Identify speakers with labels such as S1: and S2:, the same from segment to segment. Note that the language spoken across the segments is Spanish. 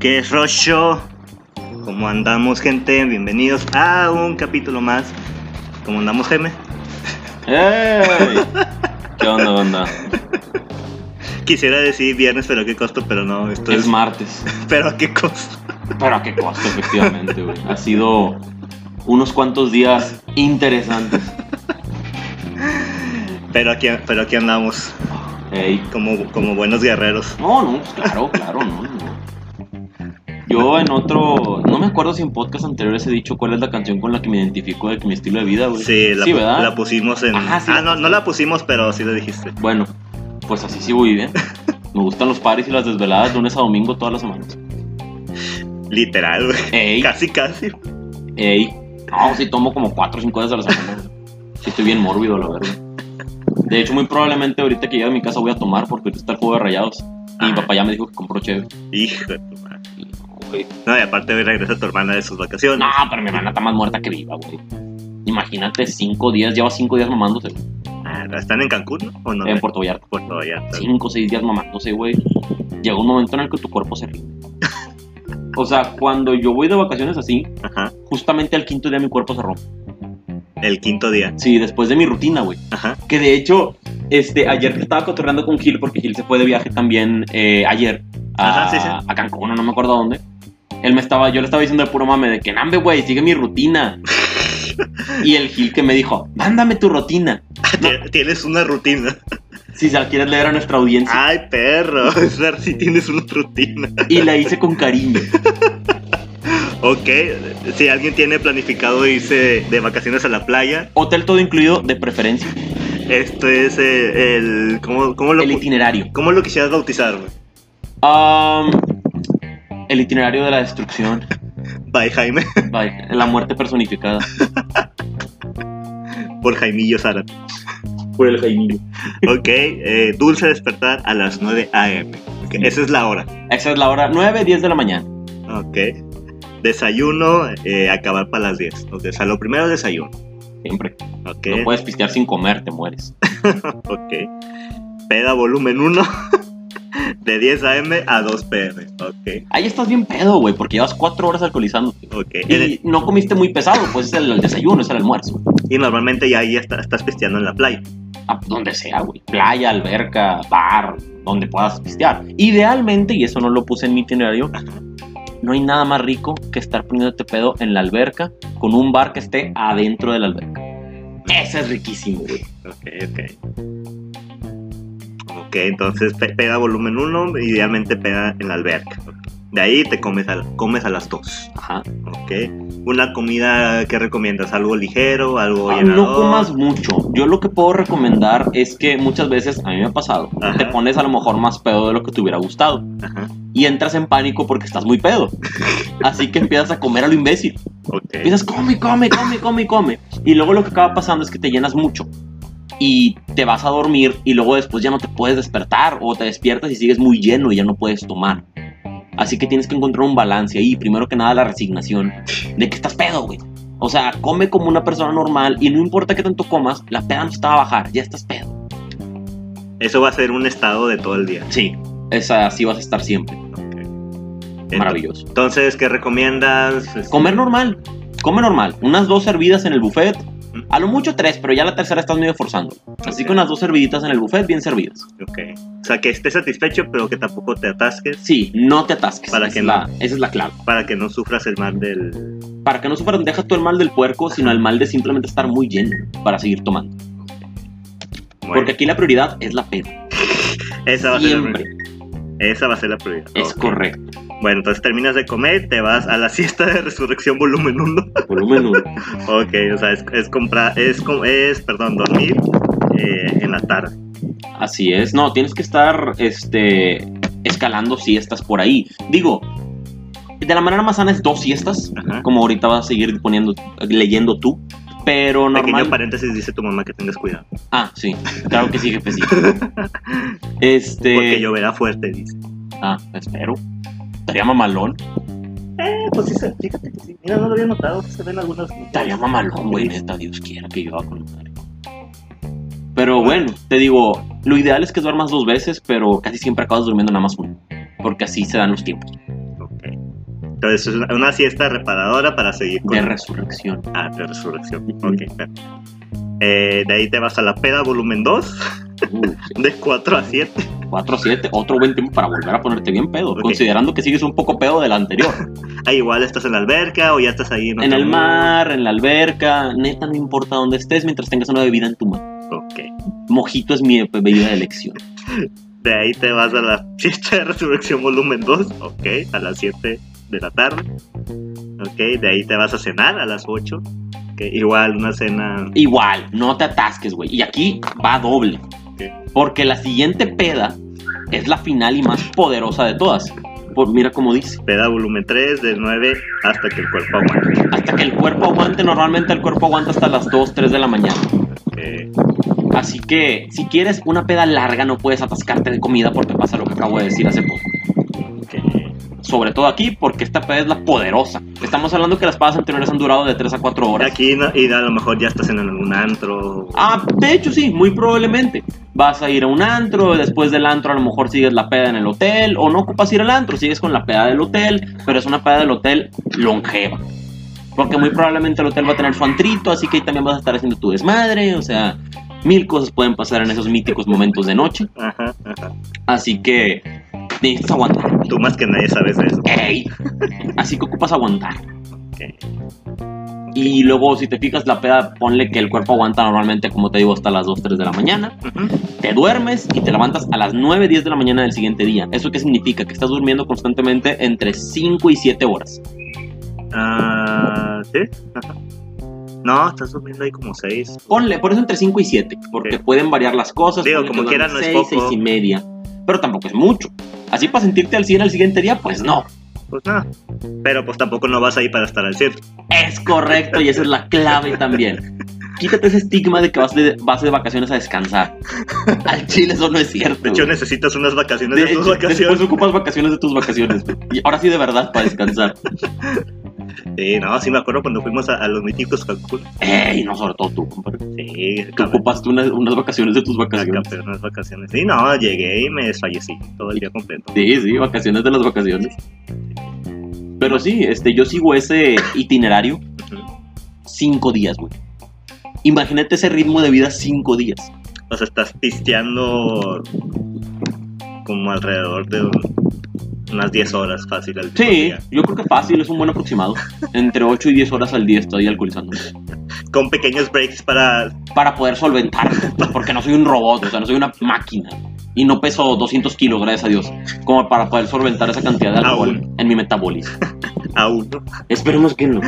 S1: ¿Qué rollo? ¿Cómo andamos, gente? Bienvenidos a un capítulo más. ¿Cómo andamos, Geme?
S2: ¡Ey! ¿Qué onda, banda?
S1: Quisiera decir viernes, pero a qué costo, pero no, esto es.
S2: Es martes.
S1: Pero a qué costo.
S2: Pero a qué costo, efectivamente, güey. Ha sido unos cuantos días interesantes.
S1: Pero aquí, pero aquí andamos,
S2: Ey.
S1: como, como buenos guerreros.
S2: No, no, pues claro, claro, no, no. Yo en otro. No me acuerdo si en podcast anteriores he dicho cuál es la canción con la que me identifico de mi estilo de vida, güey.
S1: Sí, la, pu-
S2: ¿verdad?
S1: la pusimos en.
S2: Ajá, sí.
S1: ah, no, no la pusimos, pero sí lo dijiste.
S2: Bueno, pues así sí voy bien. Me gustan los pares y las desveladas lunes a domingo todas las semanas.
S1: Literal, güey.
S2: Ey.
S1: Casi, casi.
S2: Ey, Eh, no, sí tomo como 4 o 5 veces a la semana. güey. Sí, estoy bien mórbido, la verdad. De hecho, muy probablemente ahorita que llegue a mi casa voy a tomar porque ahorita está el juego de rayados. Y mi papá ya me dijo que compró chévere.
S1: Hijo de tu madre. No, y aparte hoy regresa tu hermana de sus vacaciones.
S2: No, pero mi hermana está más muerta que viva, güey. Imagínate, 5 días, lleva 5 días mamándose
S1: Ah, ¿Están en Cancún, no? ¿O no?
S2: en Puerto Vallarta.
S1: Puerto Vallarta.
S2: 5 o 6 días mamándose, güey. Llega un momento en el que tu cuerpo se rinde. O sea, cuando yo voy de vacaciones así,
S1: Ajá.
S2: justamente al quinto día mi cuerpo se rompe.
S1: El quinto día.
S2: Sí, después de mi rutina, güey.
S1: Ajá.
S2: Que de hecho, este, ayer que estaba cotorreando con Gil, porque Gil se fue de viaje también eh, ayer a,
S1: Ajá, sí, sí.
S2: a Cancún, o no me acuerdo a dónde. Él me estaba, yo le estaba diciendo de puro mame de que nambe, güey, sigue mi rutina. y el Gil que me dijo, mándame tu rutina.
S1: Tie- Tienes una rutina.
S2: Si se la quieres leer a nuestra audiencia.
S1: Ay, perro. Es ver si tienes una rutina.
S2: Y la hice con cariño.
S1: Ok. Si alguien tiene planificado irse de vacaciones a la playa,
S2: Hotel todo incluido, de preferencia.
S1: esto es eh, el. ¿Cómo, cómo lo,
S2: El itinerario.
S1: ¿Cómo lo quisieras bautizar, güey?
S2: Am, el itinerario de la destrucción.
S1: By Jaime.
S2: Vaya, la muerte personificada.
S1: Por Jaimillo Zárate.
S2: Por el Jaimillo.
S1: Ok. eh, dulce despertar a las 9 a.m. Ok, Esa es la hora.
S2: Esa es la hora 9, 10 de la mañana.
S1: Ok. Desayuno, eh, acabar para las 10. O sea, lo primero es desayuno.
S2: Siempre.
S1: Ok.
S2: No puedes pistear sin comer, te mueres.
S1: Ok. Peda volumen 1. De 10 a.m. a 2 p.m. Ok.
S2: Ahí estás bien pedo, güey, porque llevas cuatro horas alcoholizándote.
S1: Ok.
S2: Y no comiste muy pesado, pues es el, el desayuno, es el almuerzo.
S1: Y normalmente ya ahí está- estás pisteando en la playa.
S2: A pues, donde sea, güey. Playa, alberca, bar, donde puedas pistear. Idealmente, y eso no lo puse en mi itinerario, no hay nada más rico que estar poniéndote pedo en la alberca con un bar que esté adentro de la alberca. Eso es riquísimo, güey.
S1: Ok, ok. Ok, entonces pe- peda volumen 1, idealmente peda en la alberca. ok. De ahí te comes a, comes a las 2.
S2: Ajá.
S1: Ok. Una comida que recomiendas, algo ligero, algo
S2: Ah,
S1: llenador.
S2: no comas mucho. Yo lo que puedo recomendar es que muchas veces, a mí me ha pasado,
S1: Ajá.
S2: te pones a lo mejor más pedo de lo que te hubiera gustado
S1: Ajá,
S2: y entras en pánico porque estás muy pedo. Así que empiezas a comer a lo imbécil.
S1: ok.
S2: Empiezas, come, come, come, come, come. Y luego lo que acaba pasando es que te llenas mucho y te vas a dormir y luego después ya no te puedes despertar o te despiertas y sigues muy lleno y ya no puedes tomar. Así que tienes que encontrar un balance ahí. Primero que nada, la resignación de que estás pedo, güey. O sea, come como una persona normal y no importa qué tanto comas, la peda no está a bajar, ya estás pedo.
S1: Eso va a ser un estado de todo el día.
S2: Sí, es así vas a estar siempre.
S1: Ento-
S2: Maravilloso.
S1: Entonces, ¿qué recomiendas? Este,
S2: Comer normal, come normal. Unas dos servidas en el buffet. A lo mucho tres, pero ya la tercera estás medio forzando. Así que unas dos serviditas en el buffet, bien servidas.
S1: Ok. O sea, que estés satisfecho, pero que tampoco te atasques
S2: Sí, no te atasques.
S1: Para
S2: esa,
S1: que
S2: es
S1: no.
S2: la, esa es la clave.
S1: para que no sufras el mal del.
S2: Para que no sufras, deja tú el mal del puerco, sino el mal de simplemente estar muy lleno para seguir tomando.
S1: Bueno,
S2: Porque aquí la prioridad es la peda.
S1: esa va a ser la
S2: Siempre.
S1: prioridad. Esa va a ser la prioridad.
S2: Es
S1: Ok.
S2: correcto.
S1: Bueno, entonces terminas de comer, te vas a la siesta de resurrección volumen 1.
S2: Volumen uno.
S1: ok, o sea, es, es comprar, es, com- es, perdón, dormir eh, en la tarde.
S2: Así es. No, tienes que estar este, escalando siestas por ahí. Digo, de la manera más sana es dos siestas.
S1: Ajá.
S2: Como ahorita vas a seguir poniendo, leyendo tú. Pero normal.
S1: Pequeño paréntesis, dice tu mamá que tengas cuidado.
S2: Ah, sí. Claro que sí, jefecito. Este.
S1: Porque lloverá fuerte, dice.
S2: Ah, espero. Estaría mamalón.
S1: Eh, pues sí, se- fíjate que sí. Mira, no lo había notado, se ven algunas.
S2: Estaría mamalón, güey, neta, Dios quiera que yo haga con madre. Pero bueno, te digo, lo ideal es que duermas dos veces, pero casi siempre acabas durmiendo nada más uno. Porque así se dan los tiempos.
S1: Ok. Entonces es una, una siesta reparadora para seguir con
S2: de resurrección.
S1: ah, de resurrección.
S2: Ujú.
S1: Ok, claro. Eh, de ahí te vas a la peda volumen 2,
S2: Uh,
S1: de 4 a 7.
S2: 4-7, otro buen tiempo para volver a ponerte bien pedo,
S1: Ok.
S2: considerando que sigues un poco pedo del anterior.
S1: Ah, igual estás en la alberca o ya estás ahí en,
S2: en
S1: otro
S2: el
S1: mundo.
S2: mar, en la alberca, neta, no importa dónde estés mientras tengas una bebida en tu mano.
S1: Ok.
S2: Mojito es mi bebida de elección.
S1: De ahí te vas a la fiesta de resurrección volumen 2, ok, a las 7 de la tarde. Ok, de ahí te vas a cenar a las 8. ok, igual una cena
S2: Igual, no te atasques, güey. Y aquí va doble.
S1: ¿Qué?
S2: Porque la siguiente peda es la final y más poderosa de todas. Por, mira cómo dice.
S1: peda volumen 3 de 9 hasta que el cuerpo aguante.
S2: Hasta que el cuerpo aguante, normalmente el cuerpo aguanta hasta las 2, 3 de la mañana.
S1: Eh,
S2: Así que si quieres una peda larga no puedes atascarte de comida porque pasa lo que acabo de decir hace poco.
S1: que-
S2: Sobre todo aquí porque esta peda es la poderosa. Estamos hablando que las pedas anteriores han durado de 3 a 4 horas.
S1: aquí no- y a lo mejor ya estás en algún antro.
S2: Ah, de hecho sí, muy probablemente. Vas a ir a un antro, después del antro a lo mejor sigues la peda en el hotel, o no ocupas ir al antro, sigues con la peda del hotel, pero es una peda del hotel longeva. Porque muy probablemente el hotel va a tener su antrito, así que ahí también vas a estar haciendo tu desmadre, o sea, mil cosas pueden pasar en esos míticos momentos de noche.
S1: Ajá, ajá.
S2: Así que necesitas aguantar.
S1: Tú más que nadie sabes de eso.
S2: ¡Ey! Así que ocupas aguantar.
S1: Ok.
S2: Y luego, si te fijas la peda, ponle que el cuerpo aguanta normalmente, como te digo, hasta las 2, 3 de la mañana.
S1: Ujú.
S2: Te duermes y te levantas a las 9, 10 de la mañana del siguiente día. ¿Eso qué significa? Que estás durmiendo constantemente entre 5 y 7 horas.
S1: Ah, sí. Ajá. No, estás durmiendo ahí como 6.
S2: Ponle, por eso entre 5 y 7, porque
S1: Ok.
S2: pueden variar las cosas.
S1: Digo, como quiera, no es poco.
S2: 6 y media, pero tampoco es mucho. Así para sentirte al 100 al siguiente día, pues no.
S1: Pues nada. Pero pues tampoco no vas ahí para estar al 100.
S2: Es correcto y esa es la clave también. Quítate ese estigma de que vas de, vas de vacaciones a descansar. Al chile eso no es cierto.
S1: De hecho,
S2: güey.
S1: necesitas unas vacaciones de,
S2: De
S1: tus
S2: hecho, Después
S1: vacaciones.
S2: ocupas vacaciones de tus vacaciones. güey. Y ahora sí de verdad para descansar.
S1: Sí, no, sí me acuerdo cuando fuimos a, a los míticos Cancún.
S2: Ey, no, sobre todo tú, compadre.
S1: Sí,
S2: Tú
S1: cabrón,
S2: ocupaste unas, unas vacaciones de tus vacaciones.
S1: campeón, unas vacaciones. Sí, no, llegué y me desfallecí todo el día completo.
S2: Sí, sí, vacaciones de las vacaciones. Pero sí, este, yo sigo ese itinerario
S1: Ujú.
S2: cinco días, güey. Imagínate ese ritmo de vida cinco días.
S1: O sea, estás pisteando como alrededor de un- unas 10 horas fácil al mismo
S2: Sí,
S1: día.
S2: yo creo que fácil, es un buen aproximado. Entre 8 y 10 horas al día estoy alcoholizando.
S1: Con pequeños breaks para.
S2: Para poder solventar, pues, porque no soy un robot, o sea, no soy una máquina. Y no peso 200 kilos, gracias a Dios. Como para poder solventar esa cantidad de alcohol en mi metabolismo.
S1: aún. ¿no?
S2: Esperemos que no.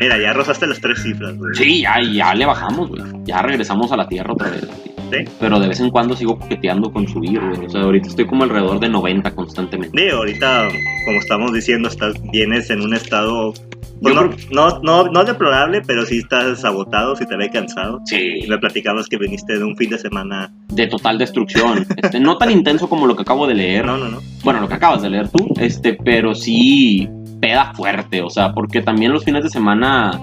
S1: Mira, ya rozaste las tres cifras, güey.
S2: Sí, ya, ya le bajamos, güey. Ya regresamos a la tierra otra vez. güey.
S1: Sí.
S2: Pero de vez en cuando sigo coqueteando con subir, güey. O sea, ahorita estoy como alrededor de 90 constantemente.
S1: Digo, ahorita, como estamos diciendo, estás, vienes en un estado. pues,
S2: Yo
S1: no,
S2: creo-
S1: no, no, no deplorable, pero sí estás agotado, si te ve cansado. Y
S2: Sí.
S1: me platicabas que viniste de un fin de semana.
S2: De total destrucción. Este, no tan intenso como lo que acabo de leer.
S1: No, no, no.
S2: Bueno, lo que acabas de leer tú. Este, pero sí peda fuerte. O sea, porque también los fines de semana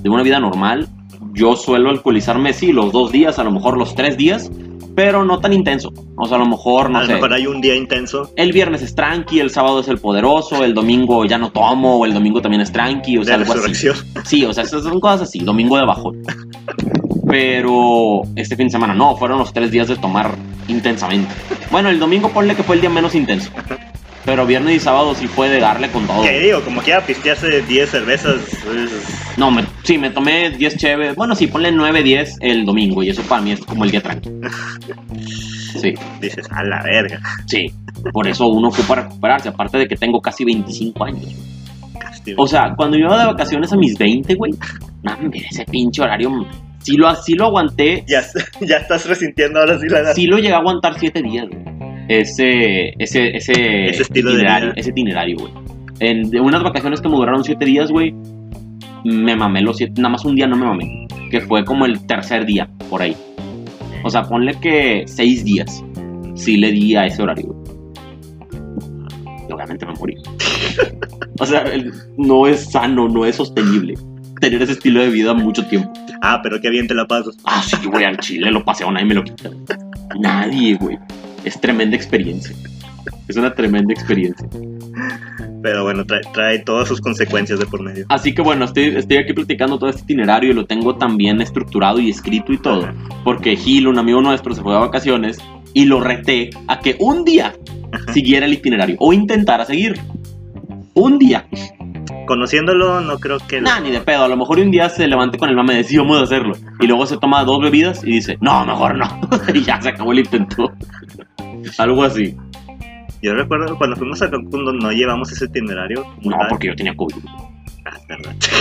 S2: de una vida normal, yo suelo alcoholizarme, sí, los dos días, a lo mejor los tres días. Pero no tan intenso. O sea, a lo mejor, no
S1: a lo
S2: sé.
S1: mejor hay un día intenso.
S2: el viernes es tranqui, el sábado es el poderoso, el domingo ya no tomo, o el domingo también es tranqui, o sea,
S1: de
S2: Pues algo así.
S1: resurrección.
S2: Sí, o sea, esas son cosas así, domingo de bajo. Pero este fin de semana no, fueron los tres días de tomar intensamente. Bueno, el domingo ponle que fue el día menos intenso. Pero viernes y sábado sí fue de darle con todo.
S1: Que digo, como que ya pisteaste 10 cervezas. pues, es-
S2: No, me- sí, me tomé 10 chéves. Bueno, sí, ponle 9, 10 el domingo. Y eso para mí es como el día tranqui. Sí,
S1: dices, a la verga.
S2: sí. Por eso uno ocupa recuperarse. Aparte de que tengo casi 25 años.
S1: Casti-
S2: O sea, cuando yo iba de vacaciones a mis 20, güey, no, hombre, ese pinche horario, sí lo, sí lo aguanté,
S1: ya, ya estás resintiendo ahora sí la edad.
S2: sí lo llegué a aguantar 7 días, güey. Ese, ese, ese,
S1: Ese estilo de
S2: itinerario,
S1: vida.
S2: ese itinerario, güey. En de unas vacaciones que me duraron 7 días, güey, me mamé los 7, nada más un día no me mamé, que fue como el tercer día, por ahí. O sea, ponle que 6 días, sí le di a ese horario, güey. Y obviamente me morí. o sea, el- no es sano, no es sostenible tener ese estilo de vida mucho tiempo.
S1: Ah, pero qué bien te la pasas.
S2: Ah, sí, güey, al chile lo paseo, nadie me lo quita. Nadie, güey. Es tremenda experiencia. Es una tremenda experiencia.
S1: Pero bueno, trae, trae todas sus consecuencias de por medio.
S2: Así que bueno, estoy, estoy aquí platicando todo este itinerario y lo tengo también estructurado y escrito y todo.
S1: Ajá.
S2: Porque Gil, un amigo nuestro, se fue de vacaciones y lo reté a que un día siguiera el itinerario o intentara seguir. Un día.
S1: Conociéndolo, no creo que... lo-
S2: Nah, ni de pedo. A lo mejor un día se levante con el mame de sí, vamos a hacerlo. Y luego se toma dos bebidas y dice, no, mejor no. y ya se acabó el intento. Algo así.
S1: Yo recuerdo cuando fuimos a Cancún no- no llevamos ese itinerario. como
S2: No,
S1: tal.
S2: Ah, porque yo tenía COVID.
S1: Ah,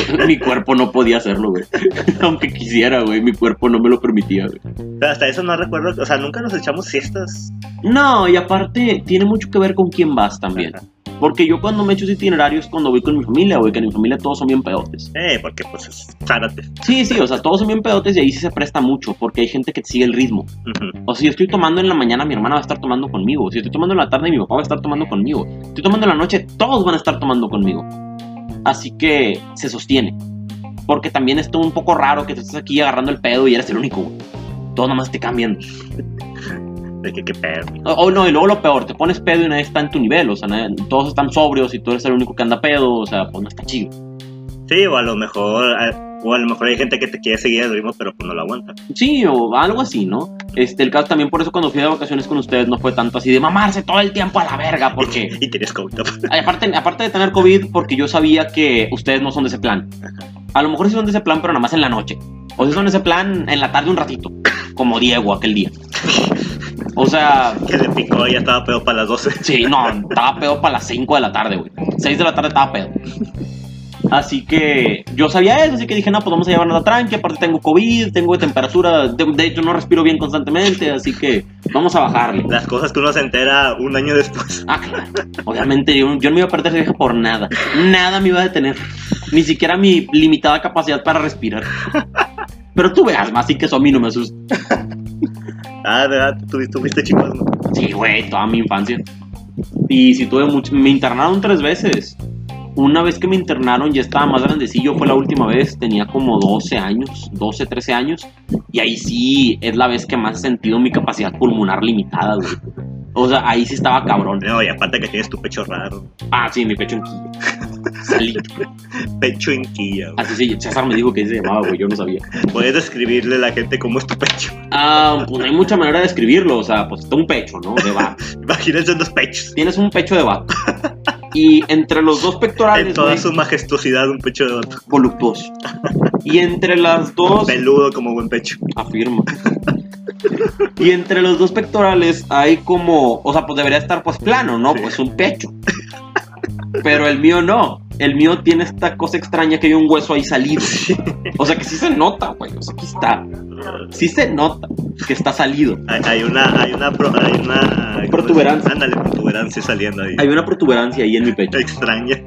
S1: es verdad.
S2: mi cuerpo no podía hacerlo, güey. Aunque quisiera, güey, mi cuerpo no me lo permitía, güey.
S1: Pero hasta eso no recuerdo, o sea, nunca nos echamos siestas.
S2: No, y aparte tiene mucho que ver con quién vas también.
S1: Ajá.
S2: Porque yo cuando me echo ese itinerario es cuando voy con mi familia, güey, que en mi familia todos son bien pedotes.
S1: Eh, porque pues es Zárate.
S2: Sí, sí, o sea, todos son bien pedotes y ahí sí se presta mucho, porque hay gente que te sigue el ritmo.
S1: Ujú.
S2: O sea, si yo estoy tomando en la mañana, mi hermana va a estar tomando conmigo. Si estoy tomando en la tarde, mi papá va a estar tomando conmigo. Si estoy tomando en la noche, todos van a estar tomando conmigo. Así que se sostiene. Porque también es todo un poco raro que te estés aquí agarrando el pedo y eres el único. güey. Todos nomás te cambian.
S1: De que qué pedo.
S2: O, o no, y luego lo peor, te pones pedo y nadie está en tu nivel. O sea, nadie- todos están sobrios y tú eres el único que anda pedo. O sea, pues no está chido.
S1: Sí, o a lo mejor, a- o a lo mejor hay gente que te quiere seguir el ritmo, pero pues no lo aguanta.
S2: Sí, o algo así, ¿no? Este, el caso también por eso cuando fui de vacaciones con ustedes no fue tanto así de mamarse todo el tiempo a la verga, porque...
S1: Y tenías COVID.
S2: Ay, Aparte, aparte de tener COVID, porque yo sabía que ustedes no son de ese plan. A lo mejor sí son de ese plan, pero nada más en la noche. O si son de ese plan en la tarde un ratito, como Diego aquel día. O sea,
S1: que le picó y ya estaba pedo para las 12.
S2: sí, no, estaba pedo para las 5 de la tarde, güey. 6 de la tarde estaba pedo. Así que yo sabía eso, así que dije, no, pues vamos a llevarnos la tranqui. Aparte tengo COVID, tengo temperatura, de, de hecho no respiro bien constantemente, así que vamos a bajarle.
S1: Las cosas que uno se entera un año después.
S2: Ah, claro. Obviamente, yo, yo no me iba a perder ese viaje por nada. Nada me iba a detener. Ni siquiera mi limitada capacidad para respirar. Pero tuve asma, así que eso a mí no me asusta.
S1: Ah, de verdad, tú, tú fuiste chicos, ¿no?
S2: Sí, güey, toda mi infancia. Y sí tuve mucho. Me internaron tres veces. Una vez que me internaron, ya estaba más grandecillo, fue la última vez, tenía como 12 años, 12, 13 años. Y ahí sí es la vez que más he sentido mi capacidad pulmonar limitada, güey. O sea, ahí sí estaba cabrón.
S1: No, y aparte que tienes tu pecho raro.
S2: Ah, sí, mi pecho en quillo. Salí.
S1: Pecho inquilla, güey.
S2: Así Ah, sí, César me dijo que se llamaba, güey, yo no sabía.
S1: Puedes describirle a la gente cómo es tu pecho.
S2: Ah, pues no hay mucha manera de escribirlo, o sea, pues está un pecho, ¿no? De vato.
S1: Imagínense los pechos.
S2: Tienes un pecho de vato. Y entre los dos
S1: En
S2: pectorales,
S1: toda
S2: güey,
S1: su majestuosidad, un pecho de vato.
S2: voluptuoso. Y entre las dos,
S1: Peludo como buen pecho.
S2: afirma. Y entre los dos pectorales hay como, o sea, pues debería estar pues plano, ¿no?
S1: Sí.
S2: Pues un pecho. Pero el mío no. El mío tiene esta cosa extraña que hay un hueso ahí salido. O sea, que sí se nota, güey. O sea, aquí está. Sí se nota que está salido.
S1: Hay, hay una, hay una, pro- hay una
S2: Protuberancia.
S1: Ándale, protuberancia saliendo ahí.
S2: Hay una protuberancia ahí en mi pecho.
S1: Extraña.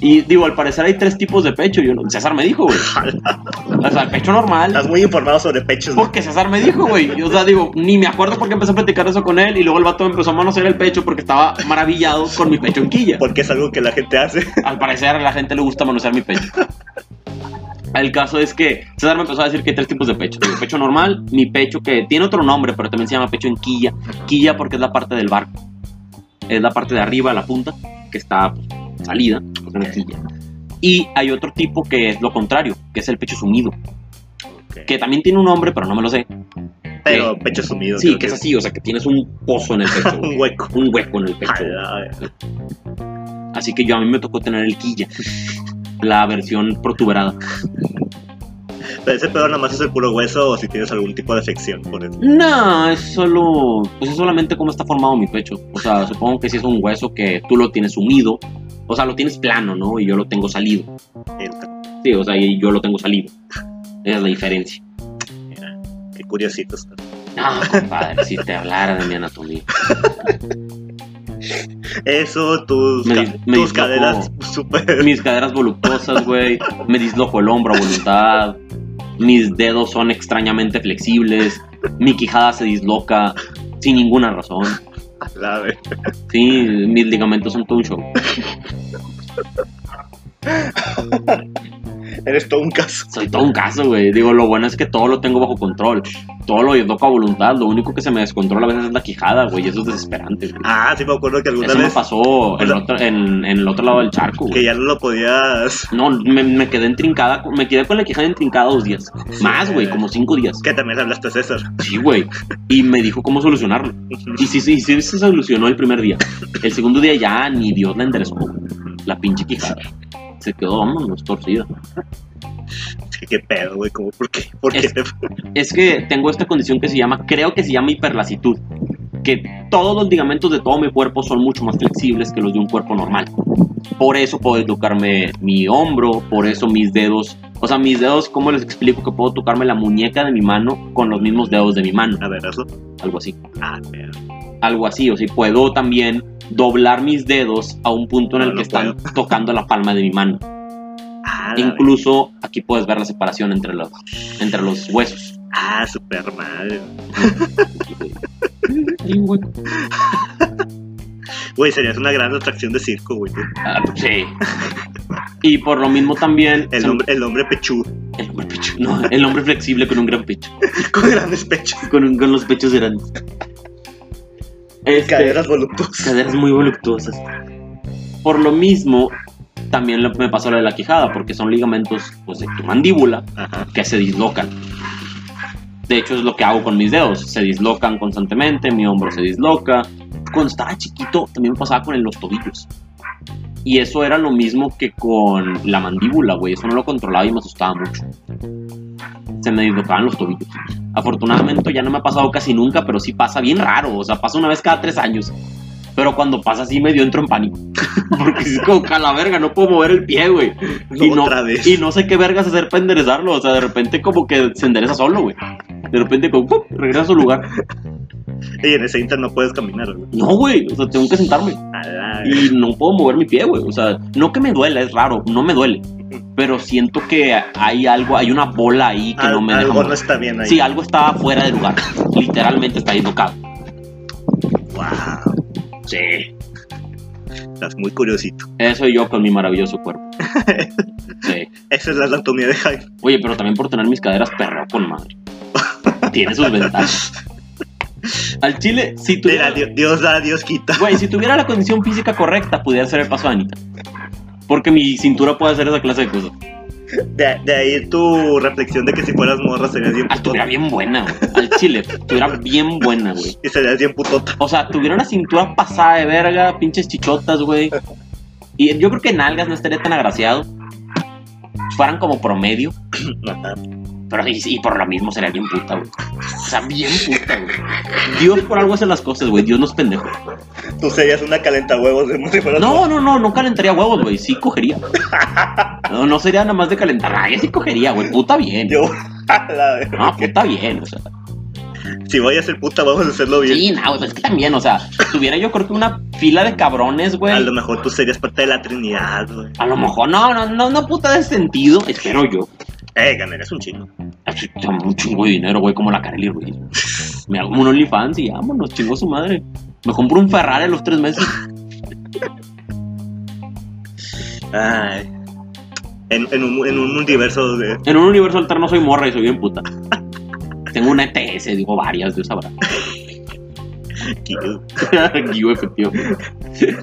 S2: Y digo, al parecer hay tres tipos de pecho. Yo no- César me dijo, güey. O sea, el pecho normal.
S1: Estás muy informado sobre pechos. güey.
S2: Porque César me dijo, güey. Yo, O sea, digo, ni me acuerdo por qué empecé a platicar eso con él. Y luego el vato empezó a manosear el pecho porque estaba maravillado con mi pecho en quilla.
S1: Porque es algo que la gente hace.
S2: Al parecer a la gente le gusta manosear mi pecho. El caso es que César me empezó a decir que hay tres tipos de pecho. El pecho normal, mi pecho que tiene otro nombre, pero también se llama pecho en quilla. Quilla porque es la parte del barco. Es la parte de arriba, la punta, que está pues, salida, pues, una quilla. Y hay otro tipo que es lo contrario, que es el pecho sumido, que también tiene un nombre, pero no me lo sé.
S1: Pero pecho sumido.
S2: Sí,
S1: creo
S2: que es así, o sea, que tienes un pozo en el pecho,
S1: Un hueco.
S2: un hueco en el pecho.
S1: Ala,
S2: Así que yo a mí me tocó tener el quilla, la versión protuberada.
S1: Pero ese pedo nada más es el puro hueso o si tienes algún tipo de afección por eso.
S2: No, es solo. Pues es solamente cómo está formado mi pecho. O sea, supongo que si es un hueso que tú lo tienes unido. O sea, lo tienes plano, ¿no? Y yo lo tengo salido. Sí, o sea, y yo lo tengo salido. Esa es la diferencia.
S1: Mira, qué curiosito está.
S2: No, compadre, si te hablara de mi anatomía.
S1: Eso, tus,
S2: Me
S1: ca-
S2: dis- me
S1: tus
S2: dislocó.
S1: caderas súper.
S2: Mis caderas voluptuosas, güey. Me disloco el hombro a voluntad. Mis dedos son extrañamente flexibles. Mi quijada se disloca sin ninguna razón.
S1: La ver-
S2: Sí, mis ligamentos son todo un show.
S1: Eres todo un caso.
S2: Soy todo un caso, güey. Digo, lo bueno es que todo lo tengo bajo control. Todo lo toco a voluntad. Lo único que se me descontrola a veces es la quijada, güey. Eso es desesperante, güey.
S1: Ah, sí me acuerdo que alguna
S2: Eso me
S1: vez
S2: pasó en,
S1: sea-
S2: otro- en- en el otro lado del charco,
S1: que
S2: güey.
S1: ya no lo podías.
S2: No, me, me quedé entrincada. con- Me quedé con la quijada entrincada dos días. Más, güey, como cinco días.
S1: Que también le hablaste a César.
S2: Sí, güey. Y me dijo cómo solucionarlo. Y sí, sí, sí se solucionó el primer día. El segundo día ya ni Dios la enderezó. güey. La pinche quijada. Se quedó, vámonos, torcida.
S1: Sí, qué pedo, güey. como, ¿Por qué? ¿Por qué
S2: Es-
S1: te-
S2: Es que tengo esta condición que se llama, creo que se llama hiperlacitud. Que todos los ligamentos de todo mi cuerpo son mucho más flexibles que los de un cuerpo normal. Por eso puedo tocarme mi hombro, por eso mis dedos. O sea, mis dedos, ¿cómo les explico que puedo tocarme la muñeca de mi mano con los mismos dedos de mi mano?
S1: A ver, hazlo.
S2: Algo así.
S1: Ah, mierda.
S2: algo así. O si puedo también doblar mis dedos a un punto en
S1: No,
S2: el
S1: no
S2: que están tocando la palma de mi mano.
S1: Ah, la verga.
S2: Incluso aquí puedes ver la separación entre los, entre los huesos.
S1: Ah, super madre. Güey, serías una gran atracción de circo, güey.
S2: Ah, sí. Y por lo mismo también.
S1: El
S2: se-
S1: hombre, el hombre pechudo,
S2: el hombre pecho. No, el hombre flexible con un gran pecho.
S1: con grandes pechos,
S2: Con, un- con los pechos grandes. Este,
S1: caderas voluptuosas.
S2: caderas muy voluptuosas. Por lo mismo, también lo- me pasó lo de la quijada, porque son ligamentos pues, de tu mandíbula
S1: Ajá.
S2: que se dislocan. De hecho, es lo que hago con mis dedos. Se dislocan constantemente, mi hombro se disloca. Cuando estaba chiquito, también me pasaba con el- los tobillos. Y eso era lo mismo que con la mandíbula, güey. Eso no lo controlaba y me asustaba mucho. Se me dislocaban los tobillos. Afortunadamente ya no me ha pasado casi nunca, pero sí pasa bien raro. O sea, pasa una vez cada tres años. Pero cuando pasa así medio entro en pánico. Porque es como, "Cala verga, no puedo mover el pie, güey. Y no,
S1: Otra vez.
S2: y no sé qué vergas hacer para enderezarlo. O sea, de repente como que se endereza solo, güey. De repente como, ¡pum! regresa a su lugar.
S1: Y en ese inter no puedes caminar, güey.
S2: No, güey. O sea, tengo que sentarme.
S1: A la-
S2: Y no puedo mover mi pie, güey. O sea, no que me duela, es raro. No me duele. Pero siento que hay algo, hay una bola ahí que
S1: Al-
S2: no me deja
S1: algo no
S2: mover.
S1: está bien ahí.
S2: Sí, algo está fuera de lugar. Literalmente está dislocado.
S1: Wow,
S2: Sí.
S1: estás muy curiosito.
S2: Eso y yo con mi maravilloso cuerpo. Sí.
S1: Esa es la anatomía de Jaime.
S2: Oye, pero también por tener mis caderas perro con madre. Tiene sus ventajas. Al chile, si
S1: Mira,
S2: tuviera,
S1: Dios, Dios da, Dios quita.
S2: güey, si tuviera la condición física correcta, pudiera hacer el paso a Anita. Porque mi cintura puede hacer esa clase de cosas.
S1: De, de ahí tu reflexión de que si fueras morra serías bien putota.
S2: Ah, estuviera bien buena, güey. Al chile, estuviera bien buena, güey.
S1: Y serías bien putota.
S2: O sea, tuviera una cintura pasada de verga, pinches chichotas, güey. Y yo creo que nalgas no estaría tan agraciado. Fueran como promedio.
S1: Ajá.
S2: Pero y, y por lo mismo sería bien puta, güey. O sea, bien puta, güey. Dios por algo hace las cosas, güey. Dios nos pendejo.
S1: Tú serías una calentahuevos de si fueras
S2: No, no, no, no calentaría huevos, güey. Sí cogería. No, no sería nada más de calentar. Ay, sí cogería, güey. Puta bien.
S1: Yo, a la verga.
S2: No, puta bien, o sea.
S1: Si voy a ser puta, vamos a hacerlo bien.
S2: Sí, no, pues es que también, o sea, tuviera yo creo que una fila de cabrones, güey.
S1: A lo mejor tú serías parte de la Trinidad, güey.
S2: A lo mejor, no, no, no, no puta de sentido. Espero yo.
S1: Eh, ganarías un chingo.
S2: Así, Tengo un chingo de dinero, güey, como la Carly Ruiz. Me hago un OnlyFans y vámonos, chingo su madre. Me compro un Ferrari a los tres meses.
S1: Ay. En, en un, en un universo de.
S2: En un universo alterno soy morra y soy bien puta. Tengo una ETS, digo varias, Dios sabrá. Guivo efectivo.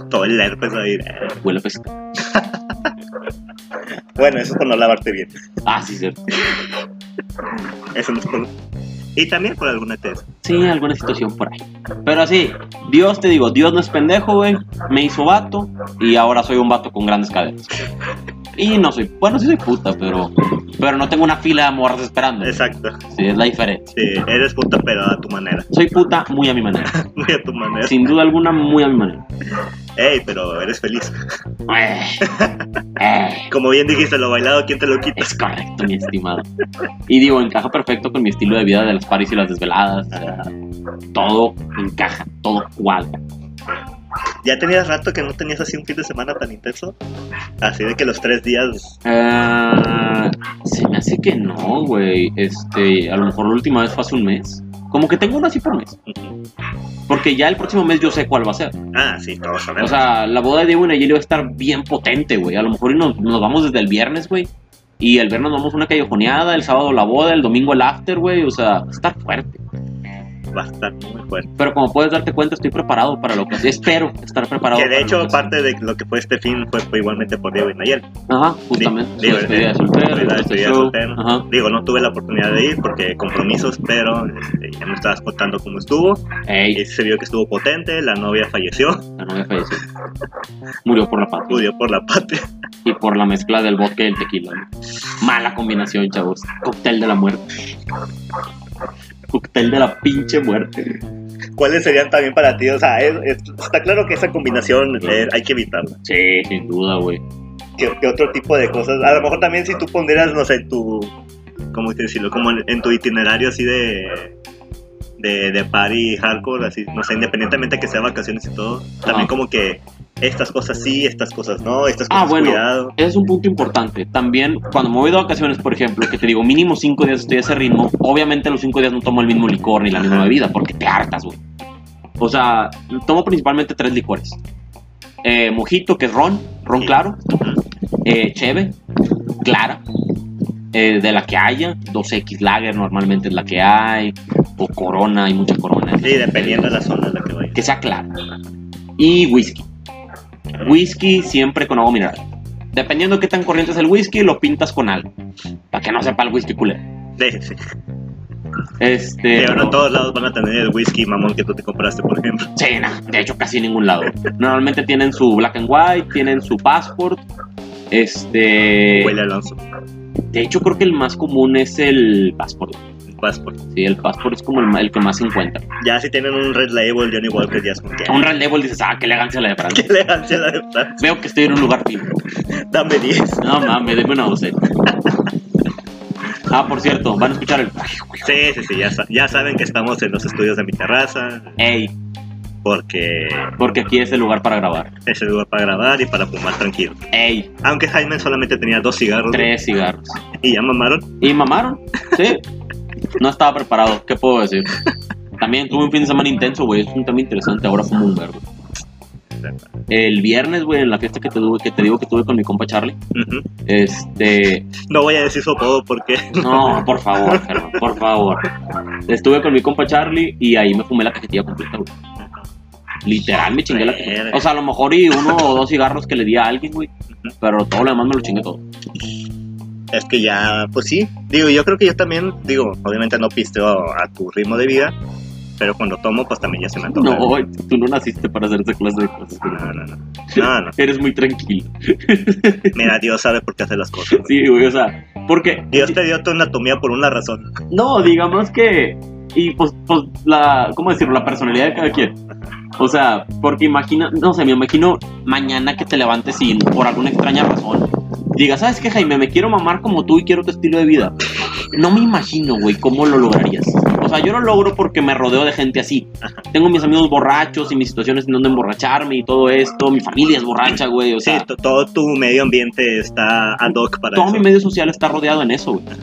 S1: Todo el herpes ahí. eh.
S2: Huele a pesca.
S1: Bueno, eso es por no lavarte bien.
S2: Ah, sí, cierto.
S1: Eso no es por. Y también por alguna test.
S2: Sí, alguna situación por ahí. Pero así, Dios te digo, Dios no es pendejo, güey. Me hizo vato y ahora soy un vato con grandes caderas. Y no soy, bueno, sí soy puta, pero, pero no tengo una fila de morras esperando.
S1: Exacto.
S2: Sí, es la diferencia.
S1: Sí, eres puta, pero a tu manera.
S2: Soy puta muy a mi manera.
S1: Muy a tu manera.
S2: Sin duda alguna, muy a mi manera.
S1: Ey, pero eres feliz.
S2: Eh, eh.
S1: Como bien dijiste, lo bailado, ¿quién te lo quita?
S2: Es correcto, mi estimado. Y digo, encaja perfecto con mi estilo de vida de las paris y las desveladas. o sea, todo encaja, todo cuadra.
S1: ¿Ya tenías rato que no tenías así un fin de semana tan intenso? Así de que los tres días.
S2: Ah, se me hace que no, güey. Este, a lo mejor la última vez fue hace un mes. Como que tengo uno así por mes. Porque ya el próximo mes yo sé cuál va a ser.
S1: Ah, sí, todos
S2: O
S1: sabemos.
S2: sea, la boda de Diego y Nayeli va a estar bien potente, güey. A lo mejor y nos, nos vamos desde el viernes, güey. Y el viernes vamos a una callejoneada, el sábado la boda, el domingo el after, güey. O sea, va a estar fuerte.
S1: Va a estar muy fuerte.
S2: Pero como puedes darte cuenta, estoy preparado para lo que... Espero estar preparado
S1: que de
S2: para
S1: hecho,
S2: lo que-
S1: aparte de lo que fue este fin, fue, fue igualmente por Diego y Nayel.
S2: Ajá, justamente.
S1: Digo,
S2: la despedida de
S1: eh, la
S2: soltero. el
S1: despedida de
S2: show.
S1: soltero.
S2: Ajá.
S1: Digo, no tuve la oportunidad de ir porque compromisos, pero este, ya me estabas contando cómo estuvo.
S2: Ey,
S1: Y se vio que estuvo potente, la novia falleció,
S2: la novia falleció. Murió por la patria.
S1: murió por la patria.
S2: y por la mezcla del vodka y el tequila. ¿no? Mala combinación, chavos. Cóctel de la muerte. Cóctel de la pinche muerte.
S1: ¿Cuáles serían también para ti? O sea, es- es- está claro que esa combinación eh, hay que evitarla.
S2: Sí, sin duda, güey.
S1: ¿Qué, qué otro tipo de cosas? A lo mejor también si tú pondrías, no sé, tu... ¿Cómo decirlo? Como en, en tu itinerario así de... De, de party hardcore, así, no sé, independientemente que sea vacaciones y todo, también
S2: Ajá.
S1: como que estas cosas sí, estas cosas no, estas
S2: Ah,
S1: cosas
S2: bueno.
S1: cuidado.
S2: Ese es un punto importante. También, cuando me voy de vacaciones, por ejemplo, que te digo, mínimo cinco días estoy a ese ritmo, obviamente a los cinco días no tomo el mismo licor ni la misma
S1: Ajá.
S2: bebida, porque te hartas, güey. O sea, tomo principalmente tres licores. Eh, mojito, que es ron, ron
S1: Sí.
S2: claro,
S1: Ujú.
S2: eh, cheve, clara, eh, de la que haya, 2X Lager normalmente es la que hay, o Corona, hay mucha Corona.
S1: Sí, dependiendo de la zona en la que vayas.
S2: Que sea clara. Y whisky. Whisky siempre con agua mineral. Dependiendo qué tan corriente es el whisky, lo pintas con algo. Para que no sepa el whisky culero.
S1: Sí, sí.
S2: Este.
S1: Pero no en
S2: pero-
S1: todos lados van a tener el whisky mamón que tú te compraste, por ejemplo.
S2: Sí, no, de hecho casi en ningún lado. Normalmente tienen su black and white, tienen su passport. Este.
S1: Huele Alonso,
S2: De hecho, creo que el más común es el passport.
S1: el passport.
S2: Sí, el Passport es como el, ma- el que más se encuentra.
S1: Ya si tienen un Red Label, Johnny Walker, ya es como que...
S2: A un Red Label dices, ah, qué elegancia la de Francia.
S1: ¡Qué elegancia la de Francia!
S2: Veo que estoy en un lugar fino.
S1: Dame 10.
S2: No mames, deme una docena. eh. Ah, por cierto, van a escuchar el.
S1: Sí, sí, sí, ya, sa- ya saben que estamos en los estudios de mi terraza,
S2: Ey,
S1: porque
S2: porque aquí es el lugar para grabar.
S1: es el lugar para grabar y para fumar tranquilo.
S2: Ey,
S1: Aunque Jaime solamente tenía dos cigarros
S2: tres cigarros.
S1: y ya mamaron.
S2: ¿Y mamaron? Sí. No estaba preparado, ¿qué puedo decir? También tuve un fin de semana intenso, güey. Es un tema interesante. Ahora fumo un verbo. El viernes, güey, en la fiesta que te, tuve, que te digo que tuve con mi compa Charlie,
S1: Ujú.
S2: este,
S1: No voy a decir su apodo porque
S2: No, por favor, Germán, por favor. Estuve con mi compa Charlie y ahí me fumé la cajetilla completa, güey. Literal, me chingué la cajetilla. O sea, a lo mejor y uno o dos cigarros que le di a alguien, güey. Pero todo lo demás me lo chingué todo.
S1: es que ya, pues sí. Digo, yo creo que yo también, digo, obviamente no pisteo a tu ritmo de vida, pero cuando tomo, pues también ya se me antoja.
S2: No, güey, tú no naciste para hacer esa clase de cosas. güey.
S1: no, no, no. No, no.
S2: Eres muy tranquilo.
S1: Mira, Dios sabe por qué hace las cosas. güey.
S2: Sí, güey, o sea, porque...
S1: Dios te dio tu anatomía por una razón.
S2: No, digamos que... Y pues, pues la... ¿Cómo decirlo? La personalidad de cada quien. O sea, porque imagina... No sé, me imagino mañana que te levantes y por alguna extraña razón digas, ¿sabes qué, Jaime? Me quiero mamar como tú y quiero tu estilo de vida. No me imagino, güey, cómo lo lograrías. O sea, yo lo logro porque me rodeo de gente así. Tengo mis amigos borrachos y mis situaciones en donde emborracharme y todo esto. Mi familia es borracha, güey. O
S1: Sí,
S2: sea,
S1: to- todo tu medio ambiente está ad hoc para
S2: todo
S1: eso.
S2: mi medio social está rodeado en eso, güey.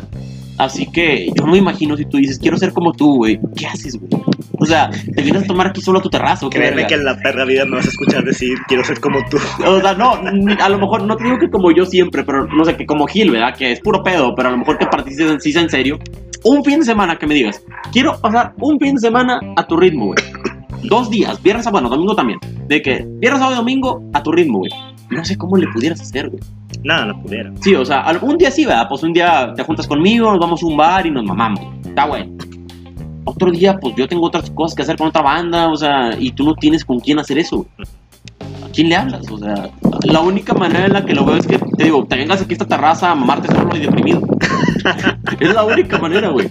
S2: Así que yo me imagino si tú dices, quiero ser como tú, güey, ¿qué haces, güey? O sea, te vienes a tomar aquí solo a tu terraza, ¿o qué
S1: Créeme
S2: verga?
S1: que en la perra vida me vas a escuchar decir, quiero ser como tú.
S2: O sea, no, ni- a lo mejor no te digo que como yo siempre, pero no sé, que como Gil, ¿verdad? Que es puro pedo, pero a lo mejor que participes en sí sea en serio. Un fin de semana que me digas, quiero pasar un fin de semana a tu ritmo, güey. Dos días, viernes a bueno, domingo también. De que viernes, sábado y domingo a tu ritmo, güey. No sé cómo le pudieras hacer, güey.
S1: Nada, no pudiera.
S2: Sí, o sea, algún día sí, ¿verdad? Pues un día te juntas conmigo, nos vamos a un bar y nos mamamos. Está bueno. Otro día, pues yo tengo otras cosas que hacer con otra banda, o sea, y tú no tienes con quién hacer eso. ¿A quién le hablas? O sea, la única manera en la que lo veo es que, te digo, te vengas aquí a esta terraza a mamarte solo y deprimido. es la única manera, güey.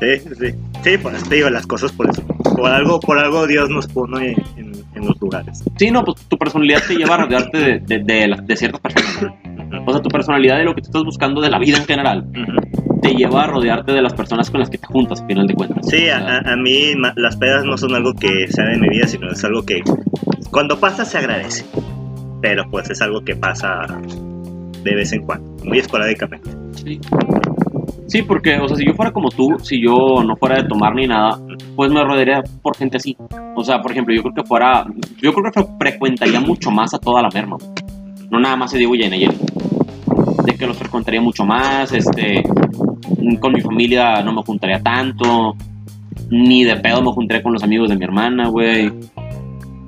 S1: Sí, sí. Sí, pues te digo, las cosas por eso. Por algo, por algo Dios nos pone en, en los lugares.
S2: Sí, no, pues tu personalidad te lleva a rodearte de, de, de las- de ciertas personas.
S1: Ujú,
S2: O sea, tu personalidad de lo que tú estás buscando de la vida en general
S1: ujú.
S2: te lleva a rodearte de las personas con las que te juntas, al final de cuentas.
S1: Sí,
S2: O sea,
S1: a, a- a mí ma- las pedas no son algo que sea de mi vida, sino es algo que cuando pasa se agradece. Pero pues es algo que pasa de vez en cuando, muy esporádicamente.
S2: Sí, porque, o sea, si yo fuera como tú, si yo no fuera de tomar ni nada, pues me rodearía por gente así. O sea, por ejemplo, yo creo que fuera, yo creo que fre- frecuentaría mucho más a toda la merma. güey. No nada más se digo y en ayer. que los frecuentaría mucho más, este, con mi familia no me juntaría tanto, ni de pedo me juntaría con los amigos de mi hermana, güey.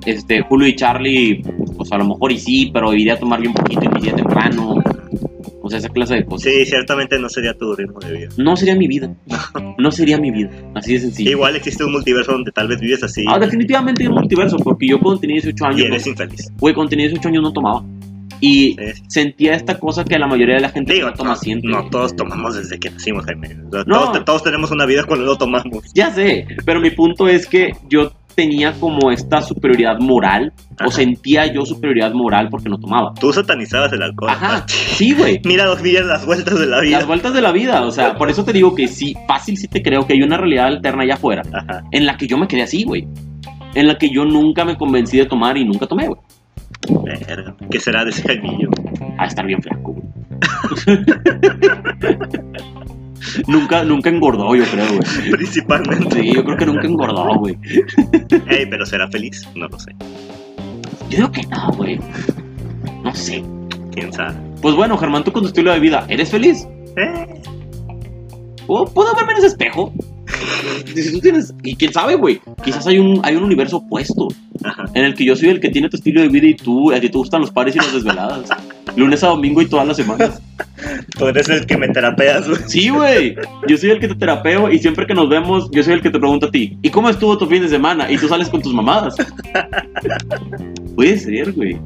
S2: Este, Julio y Charlie, pues a lo mejor y sí, pero iría a tomar bien poquito y me iría temprano. O sea, esa clase de cosas.
S1: Sí, ciertamente no sería tu ritmo de vida.
S2: No sería mi vida. No sería mi vida. Así de sencillo.
S1: Igual existe un multiverso donde tal vez vives así
S2: Ah, definitivamente hay un multiverso, porque yo cuando tenía 18 años.
S1: y
S2: no-
S1: eres infeliz.
S2: Güey, cuando tenía 18 años no tomaba. Y
S1: Sí.
S2: sentía esta cosa que la mayoría de la gente
S1: Digo,
S2: no toma
S1: no,
S2: siempre.
S1: no todos tomamos desde que nacimos, Jaime. O sea,
S2: No.
S1: Todos, todos tenemos una vida cuando lo tomamos.
S2: Ya sé, pero mi punto es que yo tenía como esta superioridad moral, o
S1: Ajá.
S2: sentía yo superioridad moral porque no tomaba.
S1: Tú satanizabas el alcohol.
S2: Ajá,
S1: aparte.
S2: sí, güey.
S1: Mira dos millas las vueltas de la
S2: Las
S1: vida.
S2: vueltas de la vida, o sea, por eso te digo que sí, fácil sí te creo que hay una realidad alterna allá afuera,
S1: Ajá.
S2: en la que yo me quedé así, güey. En la que yo nunca me convencí de tomar y nunca tomé, güey.
S1: Verga, ¿Qué será de ese Jaimillo?
S2: A estar bien flaco, güey. nunca, nunca engordó, yo creo, güey.
S1: Principalmente.
S2: Sí, yo creo que nunca engordó, güey.
S1: Ey, pero será feliz? No lo sé.
S2: Yo creo que no, güey. No sé.
S1: ¿Quién sabe?
S2: Pues bueno, Germán, tú con tu estilo de vida, ¿eres feliz?
S1: Eh,
S2: ¿Puedo, puedo verme en ese espejo? Si tú tienes- Y quién sabe, güey. Quizás hay un, hay un universo opuesto
S1: Ajá.
S2: en el que yo soy el que tiene tu estilo de vida y tú, a ti te gustan los pares y las desveladas. Lunes a domingo y todas las semanas.
S1: Tú eres el que me terapeas, güey.
S2: Sí, güey. Yo soy el que te terapeo y siempre que nos vemos, yo soy el que te pregunto a ti, ¿y cómo estuvo tu fin de semana? Y tú sales con tus mamadas. Puede ser, güey.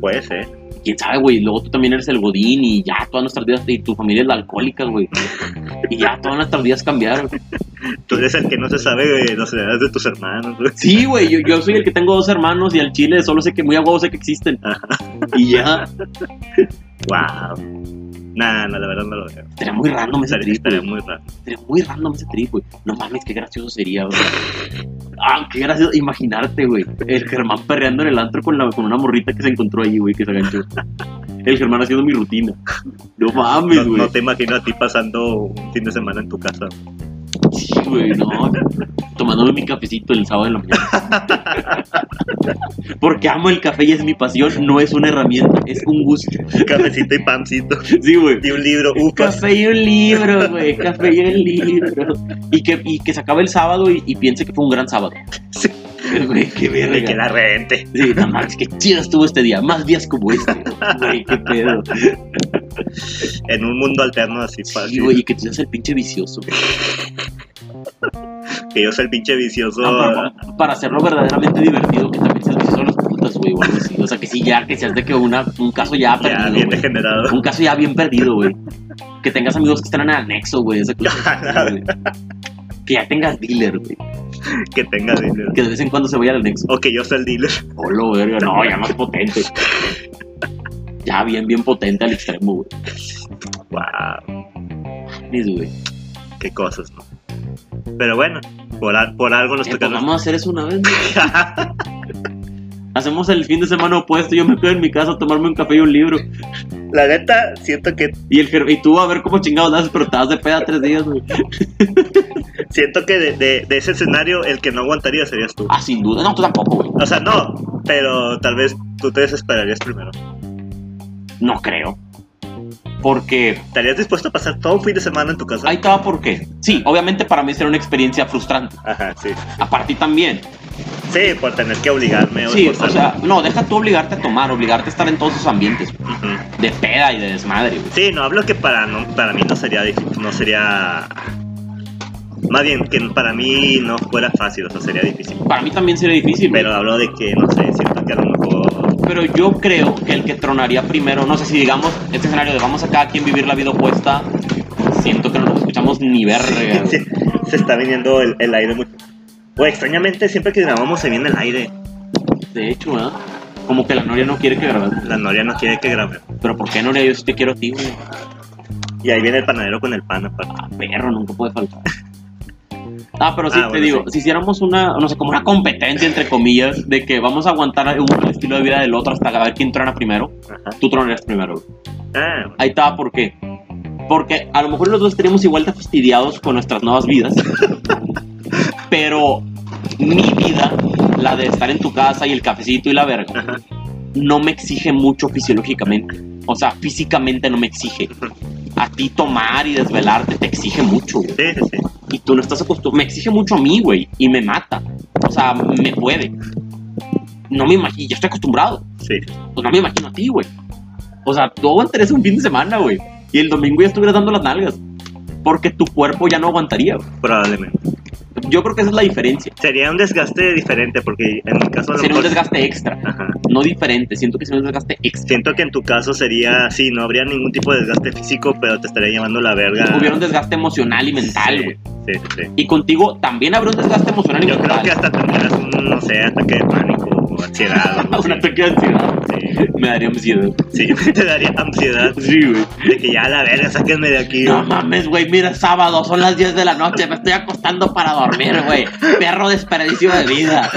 S1: Puede ser.
S2: quién sabe, güey. Luego tú también eres el godín y ya todas nuestras vidas, y tu familia es la alcohólica, güey. Y ya todas nuestras vidas cambiaron.
S1: Tú eres el que no se sabe de las edades de tus hermanos, güey.
S2: Sí, güey, yo, yo soy el que tengo dos hermanos y al chile solo sé que muy a huevo sé que existen. Y ya,
S1: Wow. Nah, no, la verdad no lo veo.
S2: sería muy random ese
S1: Estaría,
S2: trip,
S1: estaría
S2: güey.
S1: muy raro.
S2: Sería muy random ese trip, güey. No mames, qué gracioso sería, güey. Ah, qué gracioso. Imaginarte, güey. El Germán perreando en el antro con, la, con una morrita que se encontró ahí, güey, que se aganchó. El Germán haciendo mi rutina. No
S1: No,
S2: mames, güey.
S1: no te imagino a ti pasando un fin de semana en tu casa.
S2: Sí, güey, no. Tomándome mi cafecito el sábado de la mañana. Porque amo el café y es mi pasión, no es una herramienta, es un gusto.
S1: Cafecito y pancito.
S2: Sí, güey.
S1: Y un libro, ufas.
S2: Café y un libro, güey. Café y un libro. Y que, y que se acabe el sábado y, y piense que fue un gran sábado.
S1: Sí.
S2: Güey, qué
S1: Y que
S2: verga.
S1: la rente.
S2: Sí, no mames, qué chido estuvo este día. Más días como este. Güey, qué pedo.
S1: En un mundo alterno así
S2: Sí,
S1: fácil.
S2: güey, y que tú seas el pinche vicioso.
S1: que yo soy el pinche vicioso.
S2: No, pero pa- Ah, para hacerlo verdaderamente divertido, que también seas vicioso a las putas, güey, o algo así. O sea, que sí, ya, que seas de que una, un caso ya
S1: ya,
S2: perdido,
S1: bien
S2: güey.
S1: degenerado.
S2: Un caso ya bien perdido, güey. Que tengas amigos que están en anexo, güey. esa cosa, güey. Que ya tengas dealer, güey.
S1: que tenga dinero.
S2: Que de vez en cuando se vaya al anexo.
S1: O que yo sea el dealer.
S2: Hola, verga. No, ya más potente. Ya bien, bien potente al extremo, güey.
S1: Wow,
S2: Mis, güey.
S1: qué cosas, ¿no? Pero bueno, por, al- por algo nos
S2: Eh, pues,
S1: tocaron.
S2: vamos a hacer eso una vez, güey. Hacemos el fin de semana opuesto. Yo me quedo en mi casa a tomarme un café y un libro.
S1: La neta, siento que
S2: Y, el, Ger- y tú a ver cómo chingados las pero te vas de peda tres días, güey.
S1: siento que de, de- de ese escenario el que no aguantaría serías tú.
S2: Ah, sin duda. No, tú tampoco, güey.
S1: O sea, no, pero tal vez tú te desesperarías primero.
S2: No creo. Porque
S1: ¿Estarías dispuesto a pasar todo un fin de semana en tu casa?
S2: ahí estaba por qué. Sí, obviamente para mí será una experiencia frustrante.
S1: Ajá, sí.
S2: Aparte también.
S1: Sí, por tener que obligarme o
S2: Sí, o
S1: esforzarme.
S2: sea, no, deja tú obligarte a tomar, obligarte a estar en todos esos ambientes. güey.
S1: Ujú.
S2: De peda y de desmadre, güey.
S1: Sí, no hablo que para, no, para mí no sería difícil, no sería... Más bien, que para mí no fuera fácil, o sea, sería difícil.
S2: Para mí también sería difícil, güey.
S1: Pero hablo de que, no sé, siento que a lo mejor...
S2: Pero yo creo que el que tronaría primero, no sé si digamos este escenario de vamos a cada quien vivir la vida opuesta, siento que no nos escuchamos ni verga. güey.
S1: Sí, se está viniendo el, el aire mucho. Güey, extrañamente siempre que grabamos se viene el aire.
S2: De hecho, ¿verdad? Como que la Noria no quiere que grabemos.
S1: La Noria no quiere que grabemos.
S2: Pero ¿por qué Noria? Yo sí te quiero a ti, güey.
S1: Y ahí viene el panadero con el pan aparte.
S2: Ah, perro, nunca puede faltar. Ah, pero sí,
S1: Ah,
S2: te
S1: bueno,
S2: digo,
S1: sí.
S2: si hiciéramos una, no sé, como una competencia, entre comillas, de que vamos a aguantar un estilo de vida del otro hasta ver quién trona primero,
S1: Ajá.
S2: tú tronarías primero. güey.
S1: Ah,
S2: Ahí estaba, ¿por qué? Porque a lo mejor los dos estaríamos igual de fastidiados con nuestras nuevas vidas, pero mi vida, la de estar en tu casa y el cafecito y la verga,
S1: ajá.
S2: no me exige mucho fisiológicamente. O sea, físicamente no me exige. A ti tomar y desvelarte te exige mucho, güey.
S1: Sí, sí, sí.
S2: Y tú no estás acostumbrado. Me exige mucho a mí, güey. Y me mata. O sea, me puede. No me imagino. Yo estoy acostumbrado.
S1: Sí,
S2: Pues no me imagino a ti, güey. O sea, tú aguantarías un fin de semana, güey. Y el domingo ya estuvieras dando las nalgas. Porque tu cuerpo ya no aguantaría, güey.
S1: probablemente.
S2: Yo creo que esa es la diferencia.
S1: Sería un desgaste diferente porque en mi caso a lo
S2: Sería un
S1: mejor-
S2: desgaste extra,
S1: Ajá.
S2: no diferente. Siento que sería un desgaste extra.
S1: Siento que en tu caso sería, sí, no habría ningún tipo de desgaste físico, pero te estaría llevando la verga.
S2: Hubiera un desgaste emocional y mental,
S1: Sí,
S2: güey.
S1: Sí, sí, sí.
S2: Y contigo también habrá un desgaste emocional y
S1: Yo creo
S2: mental.
S1: que hasta tendrías un, no sé, ataque de pánico o ansiedad. o algo así.
S2: un ataque de ansiedad. Me daría ansiedad.
S1: Sí, sí, te daría ansiedad
S2: Sí, güey.
S1: de que ya la verga, sáquenme de aquí.
S2: No mames, güey, mira, es sábado, son las 10 de la noche, me estoy acostando para dormir, güey. Perro desperdicio de vida.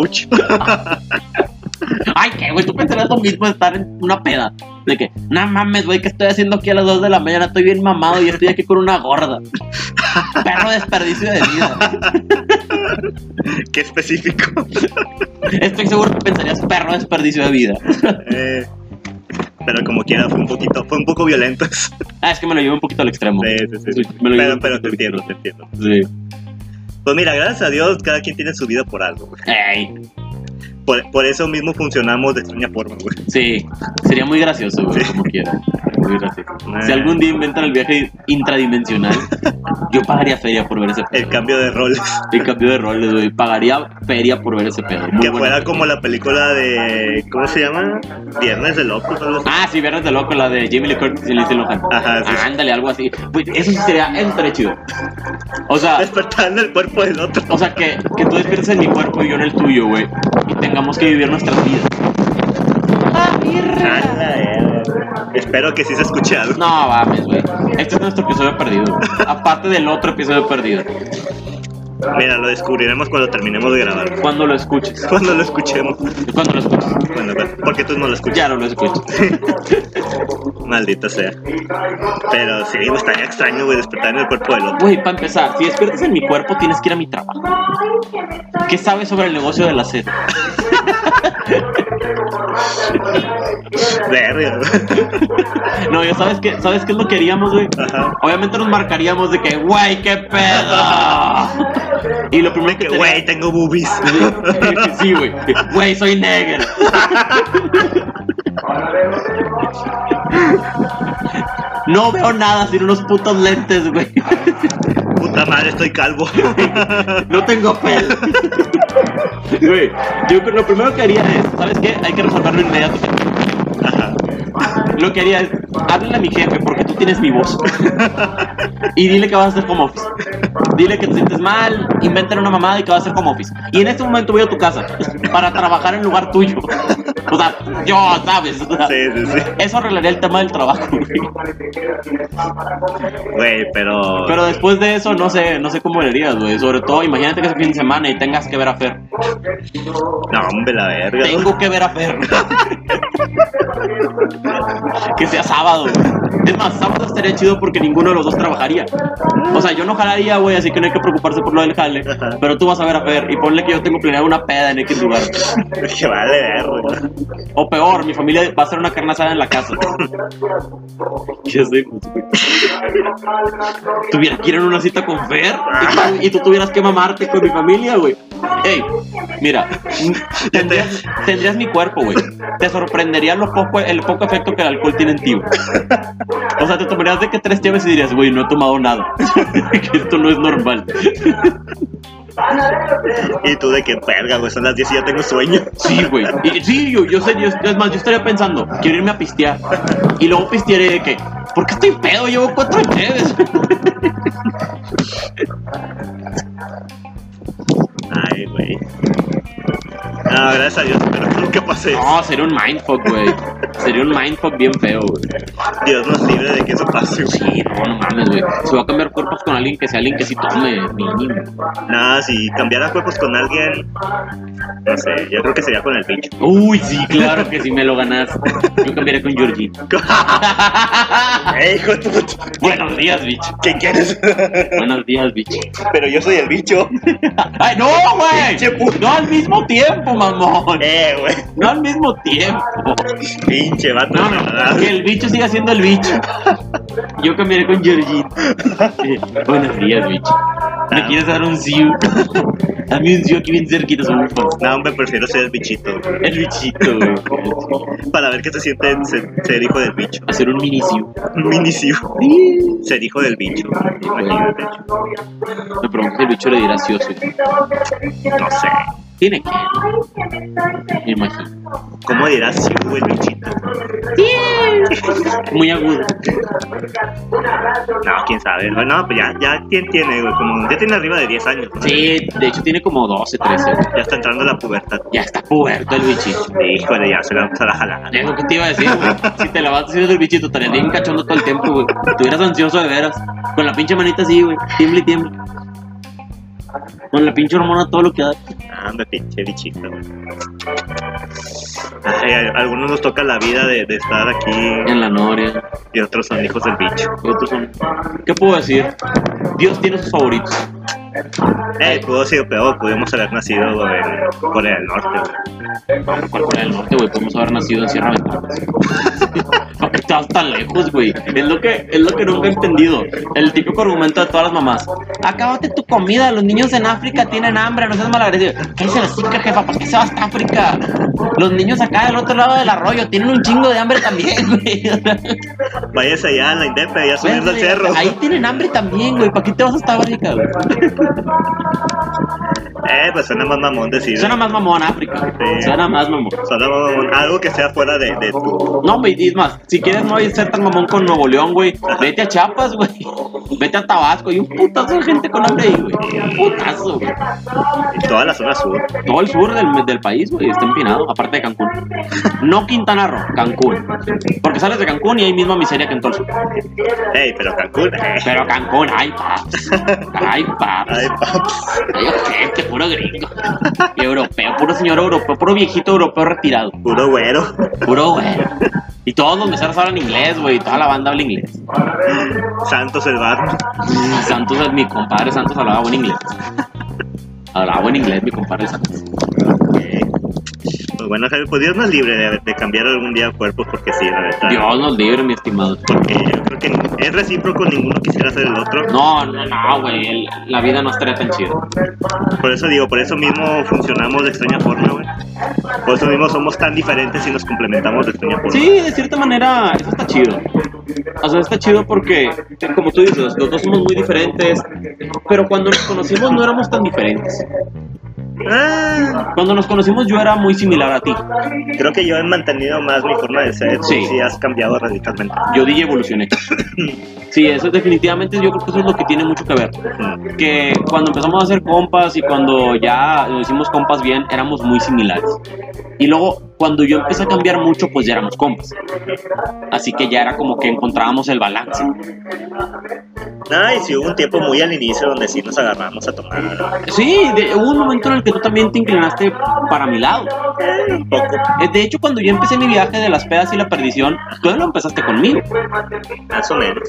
S1: Ouch.
S2: Ay, que, güey, tú pensarás lo mismo de estar en una peda. De que, no mames, güey, ¿qué estoy haciendo aquí a las 2 de la mañana? Estoy bien mamado y estoy aquí con una gorda. Perro desperdicio de vida.
S1: Qué específico.
S2: Estoy seguro que pensarías perro desperdicio de vida.
S1: Eh, pero como quiera, fue un poquito, fue un poco violento. Sí,
S2: Ah, es que me lo llevo un poquito al extremo.
S1: sí, sí, sí.
S2: Sí, me lo
S1: Pero,
S2: llevo.
S1: pero te entiendo, te entiendo.
S2: Sí.
S1: Pues mira, gracias a Dios, cada quien tiene su vida por algo, güey.
S2: Ey,
S1: Por, por eso mismo funcionamos de extraña forma, güey.
S2: sí. Sería muy gracioso, güey, como quiera. Muy gracioso.
S1: Eh.
S2: Si algún día inventan el viaje intradimensional, yo pagaría feria por ver ese pedo.
S1: El cambio de roles.
S2: El cambio de roles, güey. Pagaría feria por ver ese pedo. Muy
S1: Que
S2: buena
S1: fuera como la película de. ¿Cómo se llama? Viernes de Locos, algo así.
S2: Ah, sí, Viernes de Loco, la de Jamie Lee Curtis y Lindsay Lohan.
S1: Ajá, sí.
S2: Ah, ándale, algo así. Pues eso sí sería, eso estaría chido. O sea,
S1: Despertando el cuerpo del otro.
S2: o sea que, que tú despiertes en mi cuerpo y yo en el tuyo, güey. Y tengamos que vivir nuestras vidas.
S1: Ah, la verga. Espero que sí se escuche algo.
S2: No, mames, güey. Este es nuestro episodio perdido. Aparte del otro episodio perdido.
S1: Mira, lo descubriremos cuando terminemos de grabar.
S2: Cuando lo escuches.
S1: Cuando lo escuchemos.
S2: Cuando lo escuches.
S1: Bueno, bueno, porque tú no lo escuchas.
S2: Ya no lo escucho.
S1: Maldita sea. Pero sí, güey, estaría extraño, güey, despertar en el cuerpo del otro.
S2: Güey, para empezar, si despiertas en mi cuerpo, tienes que ir a mi trabajo. ¿Qué sabes sobre el negocio de la sed?
S1: Verga, güey.
S2: No, ya sabes que, ¿sabes qué es lo que haríamos, güey?
S1: Ajá.
S2: Obviamente nos marcaríamos de que, güey, qué pedo. Y lo primero que,
S1: Que,
S2: te-
S1: güey, tengo boobies.
S2: Sí, güey. Güey, soy negro. No veo nada sin unos putos lentes, güey.
S1: Puta madre, estoy calvo.
S2: No tengo pelo. Güey, yo creo- lo primero que haría es, ¿sabes qué? Hay que resolverlo inmediatamente.
S1: Ajá.
S2: Lo que haría es, háblale a mi jefe porque tú tienes mi voz. y dile que vas a hacer home office. Dile que te sientes mal, invéntale una mamada y que vas a hacer home office. Y en este momento voy a tu casa para trabajar en lugar tuyo. o sea, yo, ¿sabes? O sea,
S1: Sí, sí, sí.
S2: Eso arreglaría el tema del trabajo, güey.
S1: Güey, pero.
S2: Pero después de eso, no sé, no sé cómo le harías, güey. Sobre todo, imagínate que es fin de semana y tengas que ver a Fer.
S1: No, hombre, la verga. güey.
S2: Tengo que ver a Fer. que sea sábado. güey. Es más, sábado estaría chido porque ninguno de los dos trabajaría. O sea, yo no jalaría, güey, así que no hay que preocuparse por lo del jale.
S1: Ajá.
S2: Pero tú vas a ver a Fer y ponle que yo tengo planeado una peda en X lugar.
S1: Que vale verga.
S2: O peor, mi familia va a hacer una carne asada en la casa. Ya sé, güey. Tuviera que ir en una cita con Fer y tú, y tú tuvieras que mamarte con mi familia, güey. Ey, mira, tendrías, tendrías mi cuerpo, güey. Te sorprendería lo poco, el poco efecto que el alcohol tiene en ti, güey. O sea, te tomarías de que tres llaves y dirías, güey, no he tomado nada. Que Esto no es normal.
S1: Y tú de que verga, güey, son las 10 y ya tengo sueño.
S2: Sí, güey. Y- Sí, yo, yo sé, yo, es más, yo estaría pensando, quiero irme a pistear. Y luego pistearé de que, ¿por qué estoy pedo? Llevo cuatro cheves.
S1: Ay, güey. No, gracias a Dios, pero nunca pasé. eso.
S2: No, sería un mindfuck, güey. Sería un mindfuck bien feo, güey.
S1: Dios nos libre de que eso pase, güey.
S2: Sí, no, no mames, güey. Se va a cambiar cuerpos con alguien que sea alguien que sí tome, mínimo.
S1: Nada, si cambiara cuerpos con alguien, no sé, yo creo que sería con el bicho.
S2: Uy, sí, claro que sí me lo ganaste. Yo cambiaré con Georgie.
S1: ¡Ey, hijo de tu puta!
S2: Buenos días, bicho.
S1: ¿Qué quieres?
S2: Buenos días, bicho.
S1: pero yo soy el bicho.
S2: ¡Ay, no, güey!
S1: Pinche puto.
S2: No al mismo tiempo, mamón.
S1: Eh, güey.
S2: No al mismo tiempo.
S1: Pinche vato.
S2: No, no. Que el bicho siga siendo el bicho. Yo cambiaré con Georgina. Eh, Buenos días, bicho. ¿Me quieres dar un ziu? A mí un ziu aquí bien cerquita, soy muy fan.
S1: No, hombre, prefiero ser el bichito. güey.
S2: El bichito, güey.
S1: Para ver qué se siente en ser, ser hijo del bicho.
S2: Hacer un mini ziu.
S1: Un minicio. Ser hijo del bicho. Imagínate.
S2: De pronto el bicho le dirá sí o sí.
S1: No sé.
S2: Tiene que. Me imagino.
S1: ¿Cómo dirás si hubo el bichito?
S2: Muy agudo.
S1: No, quién sabe. güey. No, pues ya, ya ¿quién tiene, güey. Como, ya tiene arriba de 10 años. ¿no?
S2: Sí, de hecho tiene como 12, 13. güey.
S1: Ya está entrando la pubertad.
S2: Ya está puerto el bichito.
S1: Híjole, ya se la vamos a la jalar.
S2: Ah, Es lo que te iba a decir, güey. Si te la vas haciendo el bichito, estarías bien cachondo todo el tiempo, güey. Estuvieras ansioso de veras. Con la pinche manita así, güey. Tiemble y tiemble. Con la pinche hormona todo lo que da.
S1: Ah, me pinche bichito. güey. Ay, a a algunos nos toca la vida de, de estar aquí
S2: En la noria.
S1: y otros son hijos del bicho.
S2: Otros son. ¿Qué puedo decir? Dios tiene sus favoritos.
S1: Eh, pudo haber sido peor, pudimos haber nacido güey, en Corea del Norte. güey.
S2: ¿Cuál Corea del Norte, güey? Podemos haber nacido en Sierra Ventana. ¿Para qué te vas tan lejos, güey? Es lo, que, es lo que nunca he entendido. El típico argumento de todas las mamás. Acábate tu comida, los niños en África tienen hambre, no seas malagrecido. Cállese la chica, jefa, ¿para qué se va hasta África? Los niños acá del otro lado del arroyo tienen un chingo de hambre también, güey.
S1: Váyase allá a la Indepe, ya subiendo al cerro.
S2: Ahí tienen hambre también, güey. ¿Para qué te vas hasta África, güey?
S1: Eh, pues suena más mamón decir.
S2: Suena más mamón África.
S1: Sí.
S2: Suena más mamón.
S1: Suena más mamón. Algo que sea fuera de, de tu.
S2: No, güey, es más, si quieres no ser tan mamón con Nuevo León, güey, vete a Chiapas, güey. Vete a Tabasco, hay un putazo de gente con hambre ahí, güey. Un putazo, güey.
S1: en toda la zona sur.
S2: Todo el sur del, del país, güey, está empinado, aparte de Cancún. No Quintana Roo, Cancún. Porque sales de Cancún y hay misma miseria que en todo el sur.
S1: Ey, pero Cancún. eh.
S2: Pero Cancún, ay, paps. Ay, paps.
S1: Ay, paps.
S2: Ay, ok, que puro gringo. Y europeo, puro señor europeo, puro viejito europeo retirado.
S1: Puro güero.
S2: Puro, güey. Y todos los meseros hablan inglés, güey. Toda la banda habla inglés.
S1: Santos el bar.
S2: Mm, Santos es mi compadre, Santos hablaba buen inglés. Hablaba buen inglés, mi compadre Santos.
S1: Eh, Pues bueno, Javier, pues Dios nos libre de, de cambiar algún día cuerpos porque sí, la verdad.
S2: Dios nos libre, mi estimado.
S1: Porque yo creo que es recíproco, ninguno quisiera ser el otro.
S2: No, no, no, güey. el- La vida no estaría tan chida.
S1: Por eso digo, por eso mismo funcionamos de extraña forma, güey. Por eso mismo somos tan diferentes y nos complementamos de extraña forma.
S2: Sí, de cierta manera, eso está chido. O sea, está chido porque, como tú dices, los dos somos muy diferentes. Pero cuando nos conocimos no éramos tan diferentes.
S1: Ah,
S2: Cuando nos conocimos yo era muy similar a ti.
S1: creo que yo he mantenido más mi forma de ser.
S2: Sí.
S1: Sí. sí has cambiado radicalmente.
S2: Yo dije evolucioné. Sí, eso definitivamente yo creo que eso es lo que tiene mucho que ver.
S1: Mm.
S2: que cuando empezamos a hacer compas y cuando ya lo hicimos compas bien, éramos muy similares. Y luego, cuando yo empecé a cambiar mucho, pues ya éramos compas. Así que ya era como que encontrábamos el balance.
S1: Ah, y sí hubo un tiempo muy al inicio donde sí nos agarramos a tomar
S2: Sí, de- hubo un momento en el que tú también te inclinaste para mi lado.
S1: eh, un poco.
S2: Eh, De hecho, cuando yo empecé mi viaje de las pedas y la perdición, tú lo empezaste conmigo.
S1: Más o menos.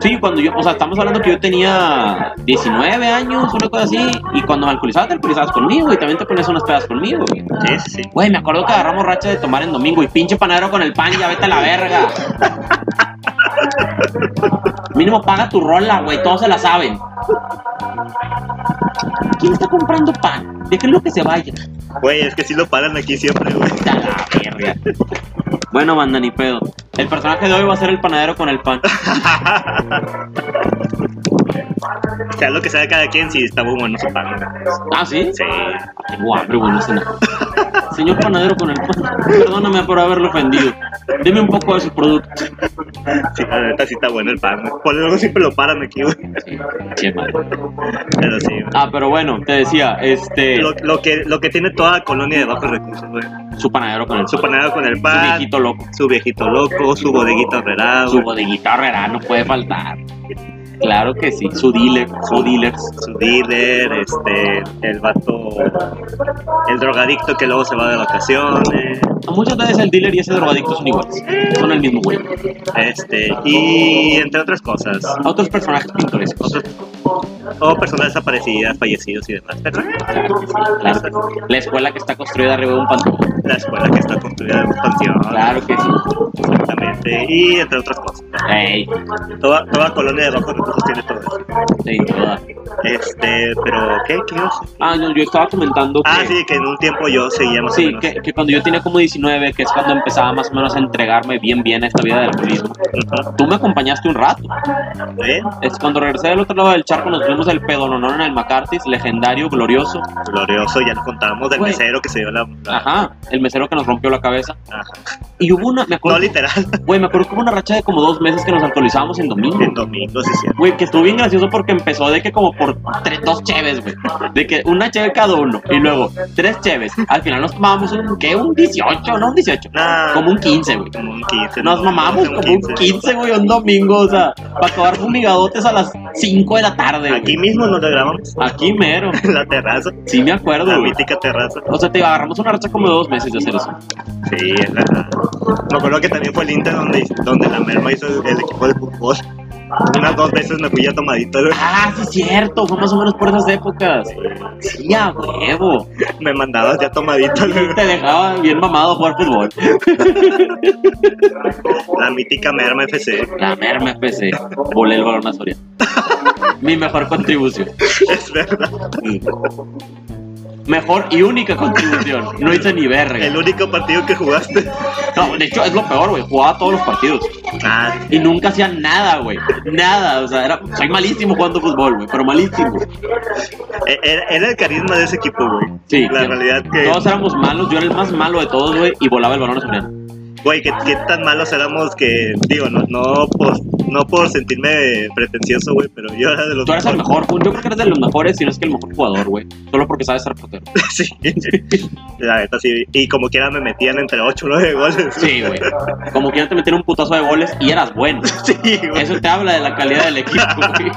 S2: Sí, cuando yo, o sea, estamos hablando que yo tenía 19 años, una cosa así, y cuando me alcoholizabas, te alcoholizabas conmigo y también te ponías unas pedas conmigo. güey.
S1: Sí, sí, sí.
S2: Güey, me acuerdo que agarramos racha de tomar en domingo y pinche panadero con el pan, ya vete a la verga. Mínimo paga tu rola, güey, todos se la saben. ¿Quién está comprando pan? Déjenlo que se vaya.
S1: Güey, es que sí lo paran aquí siempre, güey.
S2: Vete a la verga. Bueno, banda, ni pedo. El personaje de hoy va a ser el panadero con el pan.
S1: Sea lo que sea de cada quien, si está muy bueno su pan. güey.
S2: ¿Ah, sí?
S1: Sí.
S2: Tengo hambre, güey, no sé nada. Señor panadero con el pan, perdóname por haberlo ofendido. Deme un poco de su producto.
S1: Sí, la neta sí está bueno el pan. güey. Por algo siempre lo paran aquí, güey.
S2: Sí, che madre.
S1: Pero sí, güey.
S2: Ah, pero bueno, te decía, este.
S1: Lo, lo que, lo que tiene toda colonia de bajos recursos, güey.
S2: Su panadero con el
S1: Su
S2: pan.
S1: panadero con el
S2: Su
S1: pan,
S2: viejito loco.
S1: su viejito loco, su bodeguita horrerada,
S2: Su
S1: su,
S2: bodeguita herrera no puede faltar. Claro que sí. Su dealer, su dealer.
S1: su dealer, este, el vato, el drogadicto que luego se va de vacaciones,
S2: Muchas veces el dealer y ese drogadicto son iguales. Son el mismo güey.
S1: este, y entre otras cosas.
S2: Otros personajes pintorescos.
S1: Otros- O personas desaparecidas, fallecidos y demás. Pero
S2: La, la escuela que está construida arriba de un panteón.
S1: la escuela que está construida en un panteón.
S2: Claro que sí.
S1: Exactamente. Y entre otras cosas.
S2: Ey,
S1: Toda, toda colonia de bajos recursos tiene todo eso.
S2: sí, toda.
S1: Este, pero ¿qué? ¿Qué ibas a decir?
S2: Ah, no, yo estaba comentando que.
S1: Ah, sí, que en un tiempo yo seguía más o
S2: Sí,
S1: menos.
S2: que, que cuando yo tenía como 19, que es cuando empezaba más o menos a entregarme bien, bien a esta vida del alcoholismo,
S1: Ujú.
S2: tú me acompañaste un rato.
S1: ¿Eh?
S2: Es cuando regresé del otro lado del charco, nos vimos el pedononón en el McCarthy's, legendario, glorioso.
S1: Glorioso, ya lo contábamos del
S2: Güey.
S1: mesero que se dio la. la-
S2: Ajá, el mesero que nos rompió la cabeza.
S1: ajá.
S2: Y hubo una, me
S1: No
S2: acuerdo,
S1: literal,
S2: güey, me acuerdo que hubo una racha de como dos meses que nos alcoholizábamos en domingo.
S1: en domingo, sí, sí.
S2: Güey, que estuvo bien gracioso porque empezó de que como por tres, dos cheves, güey. De que una cheve cada uno y luego tres cheves. Al final nos tomábamos un, ¿qué? Un 18, no un 18.
S1: Nah.
S2: Como un 15, güey.
S1: Como Ah. un 15.
S2: Nos
S1: no,
S2: mamamos
S1: no,
S2: como un 15, güey, un domingo, o sea, para acabar fumigadotes a las 5 de la tarde, güey.
S1: Aquí mismo nos lo grabamos.
S2: Aquí mero.
S1: En la terraza,
S2: Ah. Sí me acuerdo,
S1: la
S2: güey.
S1: mítica terraza.
S2: O sea, te agarramos una racha como de dos meses de hacer eso.
S1: Sí, en la... Me acuerdo que también fue el Inter donde, donde la merma hizo el equipo de fútbol. Unas dos veces me fui ya tomadito, güey.
S2: Ah, sí es cierto, fue más o menos por esas épocas. Sí, a huevo.
S1: me mandabas ya tomadito, güey.
S2: Te dejaba bien mamado jugar fútbol.
S1: La mítica merma FC.
S2: La merma FC. Volé el balón a Soria. Mi mejor contribución.
S1: Es verdad.
S2: Mejor y única contribución. No hice ni verga.
S1: El único partido que jugaste.
S2: No, de hecho es lo peor, güey. Jugaba todos los partidos.
S1: Ah,
S2: Y nunca hacía nada, güey. Nada. O sea, era, soy malísimo jugando fútbol, güey. Pero malísimo.
S1: e- era, era el carisma de ese equipo, güey.
S2: Sí.
S1: La
S2: sí.
S1: realidad que.
S2: Todos éramos malos. Yo era el más malo de todos, güey. Y volaba el balón a Soriano.
S1: Güey, ¿qué, qué tan malos éramos que. Digo, no, no, por, no por sentirme pretencioso, güey, pero yo era de los.
S2: Tú eres el mejor. Yo creo que eres de los mejores, si no es que el mejor jugador, güey. Solo porque sabes ser portero.
S1: Sí. La neta, sí. Y como quiera me metían entre 8 o 9 goles.
S2: Sí, güey. Como que ya te metieron un putazo de goles y eras bueno.
S1: Sí, güey.
S2: Eso te habla de la calidad del equipo, güey.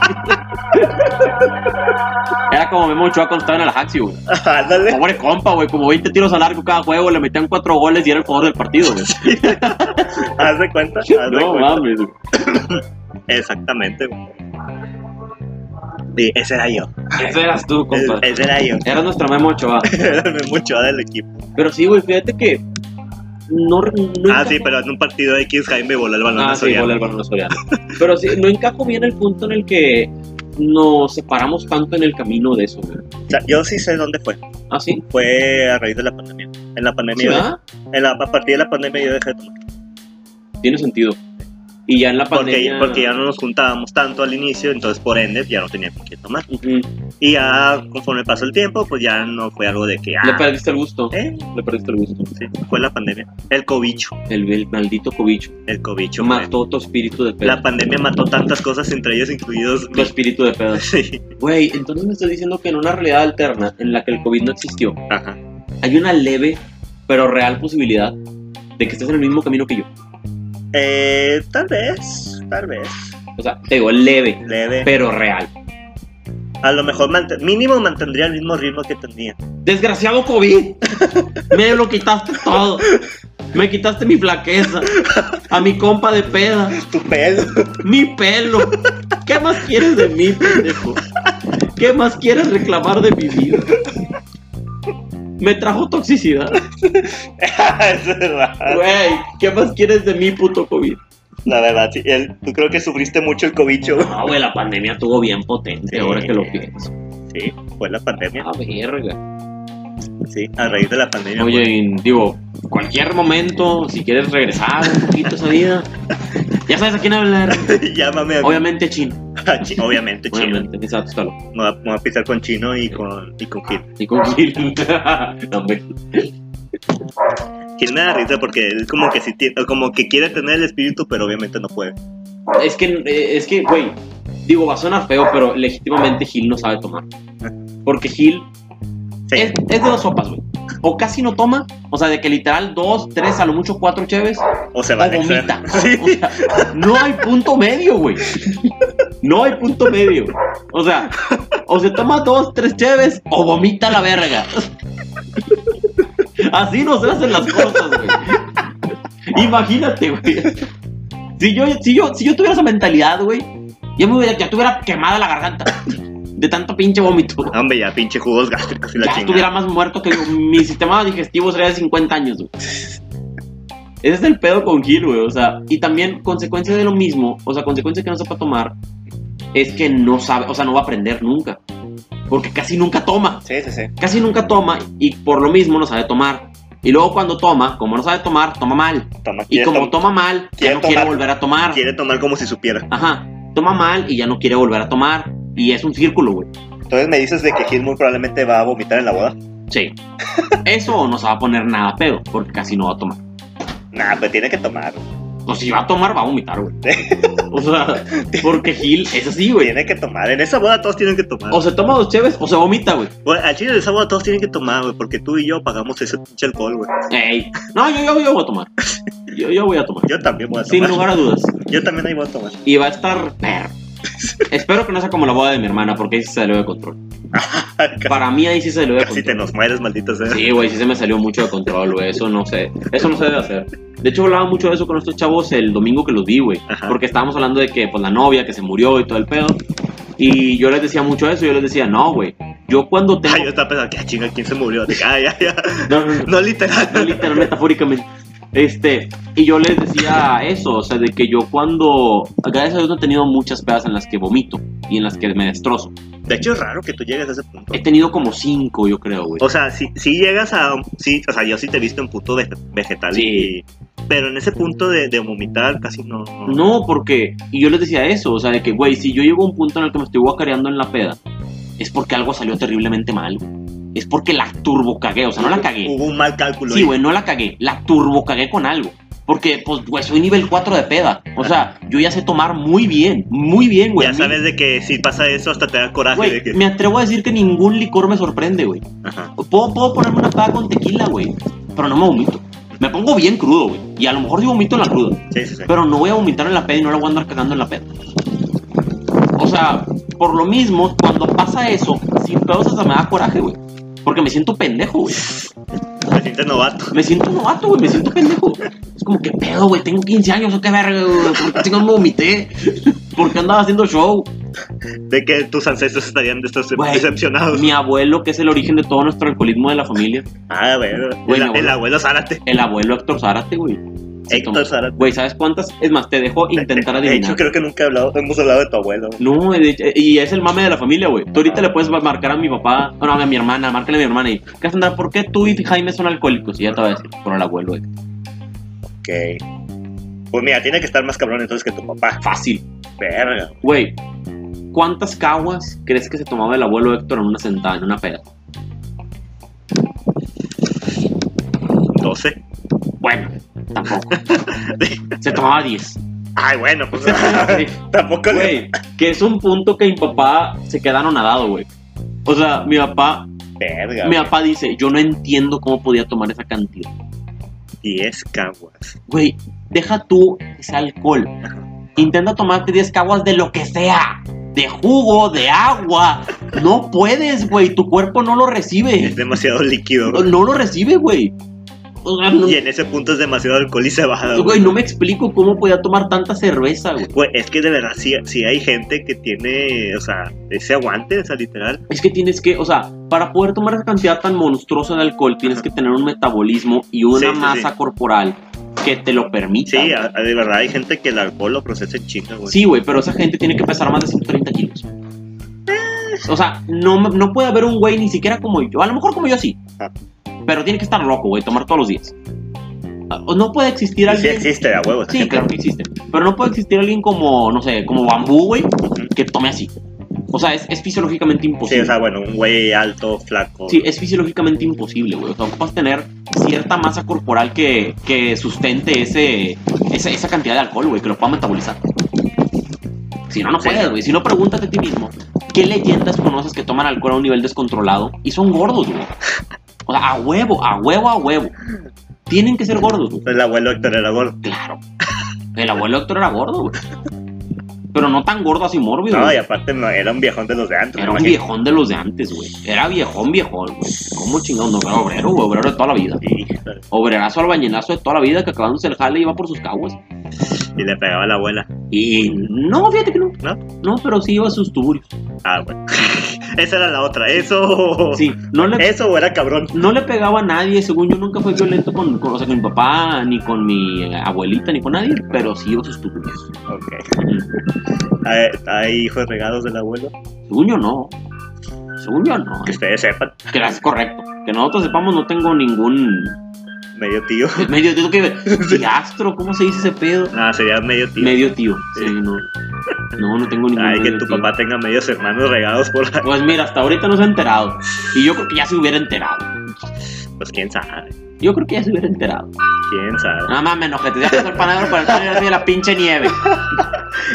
S2: Era como Memo Ochoa cuando estaba en el Haxi, güey.
S1: Ándale.
S2: Pobre compa, güey. Como 20 tiros a largo cada juego, le metían 4 goles y era el jugador del partido, güey.
S1: Haz de cuenta. Haz de
S2: No
S1: cuenta.
S2: mames, güey.
S1: Exactamente, güey. Sí, ese era yo.
S2: Ese eras tú, compa.
S1: Ese era yo.
S2: Eras nuestra Memo Ochoa.
S1: Era el mucho del equipo.
S2: Pero sí, güey, fíjate que. No, no
S1: Ah,
S2: encajo-
S1: sí, pero en un partido X Jaime voló el balón
S2: Ah,
S1: a
S2: sí,
S1: Soriano.
S2: gol el balón a Soriano. Pero sí, no encajo bien el punto en el que nos separamos tanto en el camino de eso, güey.
S1: O sea, yo sí sé dónde fue.
S2: ¿Ah, sí?
S1: Fue a raíz de la pandemia. En la pandemia,
S2: ¿Sí,
S1: yo-
S2: verdad?
S1: en la, a partir de la pandemia yo dejé de tomar.
S2: Tiene sentido. Y ya en la
S1: Porque,
S2: pandemia.
S1: porque ya no nos juntábamos tanto al inicio, entonces por ende ya no tenía con qué tomar.
S2: Ujú.
S1: Y ya conforme pasó el tiempo, pues ya no fue algo de que.
S2: Le
S1: Ah,
S2: perdiste el gusto.
S1: eh,
S2: Le perdiste el gusto.
S1: sí, fue la pandemia. El cobicho.
S2: El, el maldito cobicho.
S1: El cobicho. güey.
S2: mató tu espíritu de pedo.
S1: La pandemia mató tantas cosas, entre ellos incluidos.
S2: Tu espíritu de pedo.
S1: Sí.
S2: Güey, entonces me estás diciendo que en una realidad alterna en la que el COVID no existió,
S1: Ajá.
S2: hay una leve pero real posibilidad de que estés en el mismo camino que yo.
S1: Eh, tal vez, tal vez.
S2: O sea, te digo, leve
S1: Leve.
S2: pero real.
S1: A lo mejor mant- mínimo mantendría el mismo ritmo que tenía.
S2: Desgraciado COVID. me lo quitaste todo. Me quitaste mi flaqueza. A mi compa de peda.
S1: Tu pelo.
S2: Mi pelo. ¿Qué más quieres de mí, pendejo? ¿Qué más quieres reclamar de mi vida? Me trajo toxicidad.
S1: es verdad.
S2: Güey, ¿qué más quieres de mí, puto COVID?
S1: La verdad, sí. El- tú creo que sufriste mucho el cobicho. güey.
S2: No, Ah, güey, la pandemia estuvo bien potente,
S1: Sí.
S2: ahora que lo pienso.
S1: Sí, fue la pandemia.
S2: Ah, verga.
S1: Sí, a raíz de la pandemia.
S2: Oye, y digo, cualquier momento, si quieres regresar un poquito a esa vida, ya sabes a quién hablar.
S1: pues, Llámame a mí.
S2: Obviamente, Chin.
S1: Ah, Chi- Obviamente, chino.
S2: Obviamente, exacto, escalo.
S1: Me voy, a, me voy a pisar con chino y con, y con Gil.
S2: Y con Gil. No, hombre.
S1: Gil me da risa porque él como que, sí tiene- como que quiere tener el espíritu, pero obviamente no puede.
S2: Es que, eh, es que, güey, digo, va a sonar feo, pero legítimamente Gil no sabe tomar. Porque Gil
S1: Sí.
S2: es, es de dos sopas, güey. O casi no toma, o sea, de que literal dos, tres, a lo mucho cuatro cheves, o
S1: o se va a anexar.
S2: vomita.
S1: Sí.
S2: O sea, no hay punto medio, güey. No hay punto medio. O sea, o se toma dos, tres cheves, o vomita la verga. Así no se hacen las cosas, güey. Imagínate, güey. Si yo, si yo, si yo tuviera esa mentalidad, güey, ya me hubiera, ya tuviera quemada la garganta. de tanto pinche vómito.
S1: Hombre, ya pinche jugos gástricos y la
S2: ya
S1: chingada.
S2: estuviera más muerto que mi sistema digestivo sería de 50 años, güey. Ese es el pedo con Gil, güey. O sea, y también consecuencia de lo mismo, o sea, consecuencia que no sepa tomar, es que no sabe, o sea, no va a aprender nunca. Porque casi nunca toma.
S1: Sí, sí, sí.
S2: Casi nunca toma y por lo mismo no sabe tomar. Y luego cuando toma, como no sabe tomar, toma mal.
S1: Toma,
S2: Y
S1: quiere
S2: como
S1: tom-
S2: toma mal, ya
S1: quiere
S2: no quiere
S1: tomar.
S2: volver a tomar.
S1: Quiere tomar como si supiera.
S2: Ajá. Toma mal y ya no quiere volver a tomar. Y es un círculo, güey.
S1: Entonces me dices de que Gil muy probablemente va a vomitar en la boda.
S2: Sí. Eso no se va a poner nada pedo, porque casi no va a tomar.
S1: Nah, pues tiene que tomar.
S2: Pues si va a tomar, va a vomitar, güey. O sea, porque Gil es así, güey.
S1: Tiene que tomar. En esa boda todos tienen que tomar.
S2: O se toma dos cheves o se vomita, güey.
S1: Güey, al chile de esa boda todos tienen que tomar, güey, porque tú y yo pagamos ese pinche alcohol, güey.
S2: Ey. No, yo, yo, yo voy a tomar. Yo, yo voy a tomar.
S1: Yo también voy a tomar.
S2: Sin lugar a dudas.
S1: Yo también ahí voy a tomar.
S2: Y va a estar perro. Espero que no sea como la boda de mi hermana, porque ahí sí se salió de control. Para mí ahí sí se salió de
S1: Casi te
S2: control.
S1: nos mueres, maldito sea.
S2: Sí, güey, sí se me salió mucho de control, güey. Eso no sé. Eso no se debe hacer. De hecho, hablaba mucho de eso con estos chavos el domingo que los vi, güey.
S1: Ajá.
S2: Porque estábamos hablando de que, pues, la novia que se murió y todo el pedo. Y yo les decía mucho eso. Yo les decía, no, güey. Yo cuando tengo.
S1: Ay, yo estaba pensando, que ah, chinga, ¿quién se murió? De que, Ay, ay, ay.
S2: No, no, no.
S1: No, literal.
S2: No, literal, metafóricamente. Este, y yo les decía eso, o sea, de que yo cuando. Gracias a Dios no he tenido muchas pedas en las que vomito y en las que me destrozo.
S1: De hecho, es raro que tú llegues a ese punto.
S2: He tenido como cinco, yo creo, güey.
S1: O sea, si, si llegas a. Sí, o sea, yo sí te he visto en puto ve- vegetal.
S2: Sí.
S1: y- pero en ese punto de, de vomitar casi no.
S2: No, porque. Y yo les decía eso, o sea, de que, güey, si yo llego a un punto en el que me estoy guacareando en la peda, es porque algo salió terriblemente mal, güey. Es porque la turbo cagué, o sea, no la cagué.
S1: Hubo un mal cálculo.
S2: Sí,
S1: ahí.
S2: güey, no la cagué, la turbo cagué con algo. Porque, pues, güey, soy nivel 4 de peda. O sea, yo ya sé tomar muy bien, muy bien, güey.
S1: ya
S2: A mí-
S1: sabes de que si pasa eso hasta te da coraje.
S2: Güey,
S1: de que,
S2: me atrevo a decir que ningún licor me sorprende, güey.
S1: Ajá.
S2: Puedo, puedo ponerme una paga con tequila, güey. Pero no me vomito. Me pongo bien crudo, güey. Y a lo mejor sí vomito en la cruda.
S1: Sí, sí, sí.
S2: Pero no voy a vomitar en la peda y no la voy a andar cagando en la peda. O sea, por lo mismo, cuando pasa eso, sin pedos hasta me da coraje, güey. Porque me siento pendejo, güey.
S1: Te sientes novato.
S2: Me siento novato, güey. Me siento pendejo. Es como, ¿qué pedo, güey? Tengo 15 años, ¿o qué verga, güey? ¿Por qué chingados me vomité? ¿Por qué andaba haciendo show?
S1: De que tus ancestros estarían decep-
S2: Güey,
S1: decepcionados.
S2: Mi abuelo, que es el origen de todo nuestro alcoholismo de la familia.
S1: Ah, güey.
S2: Güey,
S1: el,
S2: mi abuelo.
S1: el abuelo Zárate.
S2: El abuelo Héctor Zárate, güey. Se
S1: Héctor
S2: tomó-
S1: Zárate.
S2: Güey, ¿sabes cuántas? Es más, te dejo intentar
S1: De hecho,
S2: adivinar.
S1: creo que nunca he hablado, hemos hablado de tu abuelo.
S2: No, de hecho- y es el mame de la familia, güey. Tú ahorita le puedes marcar a mi papá, no, a mi hermana, márcale a mi hermana y, Cassandra, ¿por qué tú y Jaime son alcohólicos? Y ya te va a decir, por el abuelo, güey.
S1: Ok. Pues mira, tiene que estar más cabrón entonces que tu papá.
S2: Fácil.
S1: Verga.
S2: Güey, ¿cuántas caguas crees que se tomaba el abuelo Héctor en una sentada, en una peda?
S1: 12.
S2: Bueno, tampoco. se tomaba 10.
S1: Ay, bueno, pues. tampoco le.
S2: Güey, que es un punto que mi papá se quedaron nadado, güey. O sea, mi papá
S1: Verga.
S2: Mi papá dice, yo no entiendo cómo podía tomar esa cantidad.
S1: 10 caguas.
S2: Güey, deja tú ese alcohol. Intenta tomarte 10 caguas de lo que sea. De jugo, de agua. No puedes, güey. Tu cuerpo no lo
S1: Es
S2: recibe.
S1: demasiado líquido.
S2: No, no lo recibe, güey. O sea, no-
S1: Y en ese punto es demasiado alcohol y se baja.
S2: güey, no me explico cómo podía tomar tanta cerveza, güey.
S1: Güey, es que de verdad sí, sí hay gente que tiene, o sea, ese aguante, o sea, literal.
S2: Es que tienes que, o sea, para poder tomar esa cantidad tan monstruosa de alcohol, tienes que tener un metabolismo y
S1: Sí,
S2: una
S1: sí, sí.
S2: masa corporal que te lo permita.
S1: Sí, a- a- de verdad hay gente que el alcohol lo procesa en chinga, güey.
S2: Sí, güey, pero esa gente tiene que pesar más de 130 kilos. O sea, no, me- no puede haber un güey ni siquiera como yo. A lo mejor como yo sí.
S1: Ajá.
S2: Pero tiene que estar loco, güey, tomar todos los días. Ah, o No puede existir
S1: Y sí
S2: alguien.
S1: existe, a huevos.
S2: Sí, claro que existe. Pero no puede existir alguien como, no sé, como bambú, güey, que tome así. O sea, es, es fisiológicamente
S1: Sí,
S2: imposible.
S1: o sea, bueno, un güey alto, flaco.
S2: Sí, es fisiológicamente imposible, güey. O sea, ocupas tener cierta masa corporal que, que sustente ese, esa, esa cantidad de alcohol, güey, que lo pueda metabolizar. Si no, no
S1: Sí.
S2: puedes, güey. Si no, pregúntate a ti mismo, ¿qué leyendas conoces que toman alcohol a un nivel descontrolado y son gordos, güey? O sea, a huevo, a huevo, a huevo. Tienen que ser gordos, güey.
S1: El abuelo Héctor era gordo.
S2: Claro. El abuelo Héctor era gordo, güey. Pero no tan gordo así mórbido.
S1: No,
S2: güey.
S1: y aparte no, era un viejón de los de antes.
S2: Era
S1: me
S2: un
S1: imagino.
S2: viejón de los de antes, güey. Era viejón, viejón, güey. ¿Cómo chingón? No, era obrero, güey. Obrero de toda la vida.
S1: Híjole.
S2: Obrerazo, albañilazo de toda la vida que acabándose el jale iba por sus caguas.
S1: Y le pegaba a la abuela.
S2: Y no, fíjate que no.
S1: ¿No?
S2: No, pero sí iba a sus tuburios.
S1: Ah, bueno. Esa era la otra. Eso.
S2: Sí, no le,
S1: Eso o era cabrón.
S2: no le pegaba a nadie, según yo nunca fue violento con, con- o sea, con mi papá, ni con mi abuelita, ni con nadie, pero sí iba a sus tuburios.
S1: Ok. ¿Hay, hay hijos regados del abuelo?
S2: Según yo no. Según yo no.
S1: Que ustedes sepan.
S2: Que es correcto. Que nosotros sepamos, no tengo ningún.
S1: Medio tío.
S2: Medio tío que. Astro, ¿cómo se dice ese pedo?
S1: Ah, sería medio tío.
S2: Medio tío. Sí,
S1: Sí.
S2: no. No, no tengo ningún.
S1: Ay, que
S2: medio
S1: tu
S2: tío.
S1: papá tenga medios hermanos regados por ahí.
S2: Pues mira, hasta ahorita no se ha enterado. Y yo creo que ya se hubiera enterado.
S1: Pues quién sabe.
S2: Yo creo que ya se hubiera enterado.
S1: Quién sabe.
S2: No mames, enojete. Deja el panadero para el panadero de la pinche nieve. ¡Ah,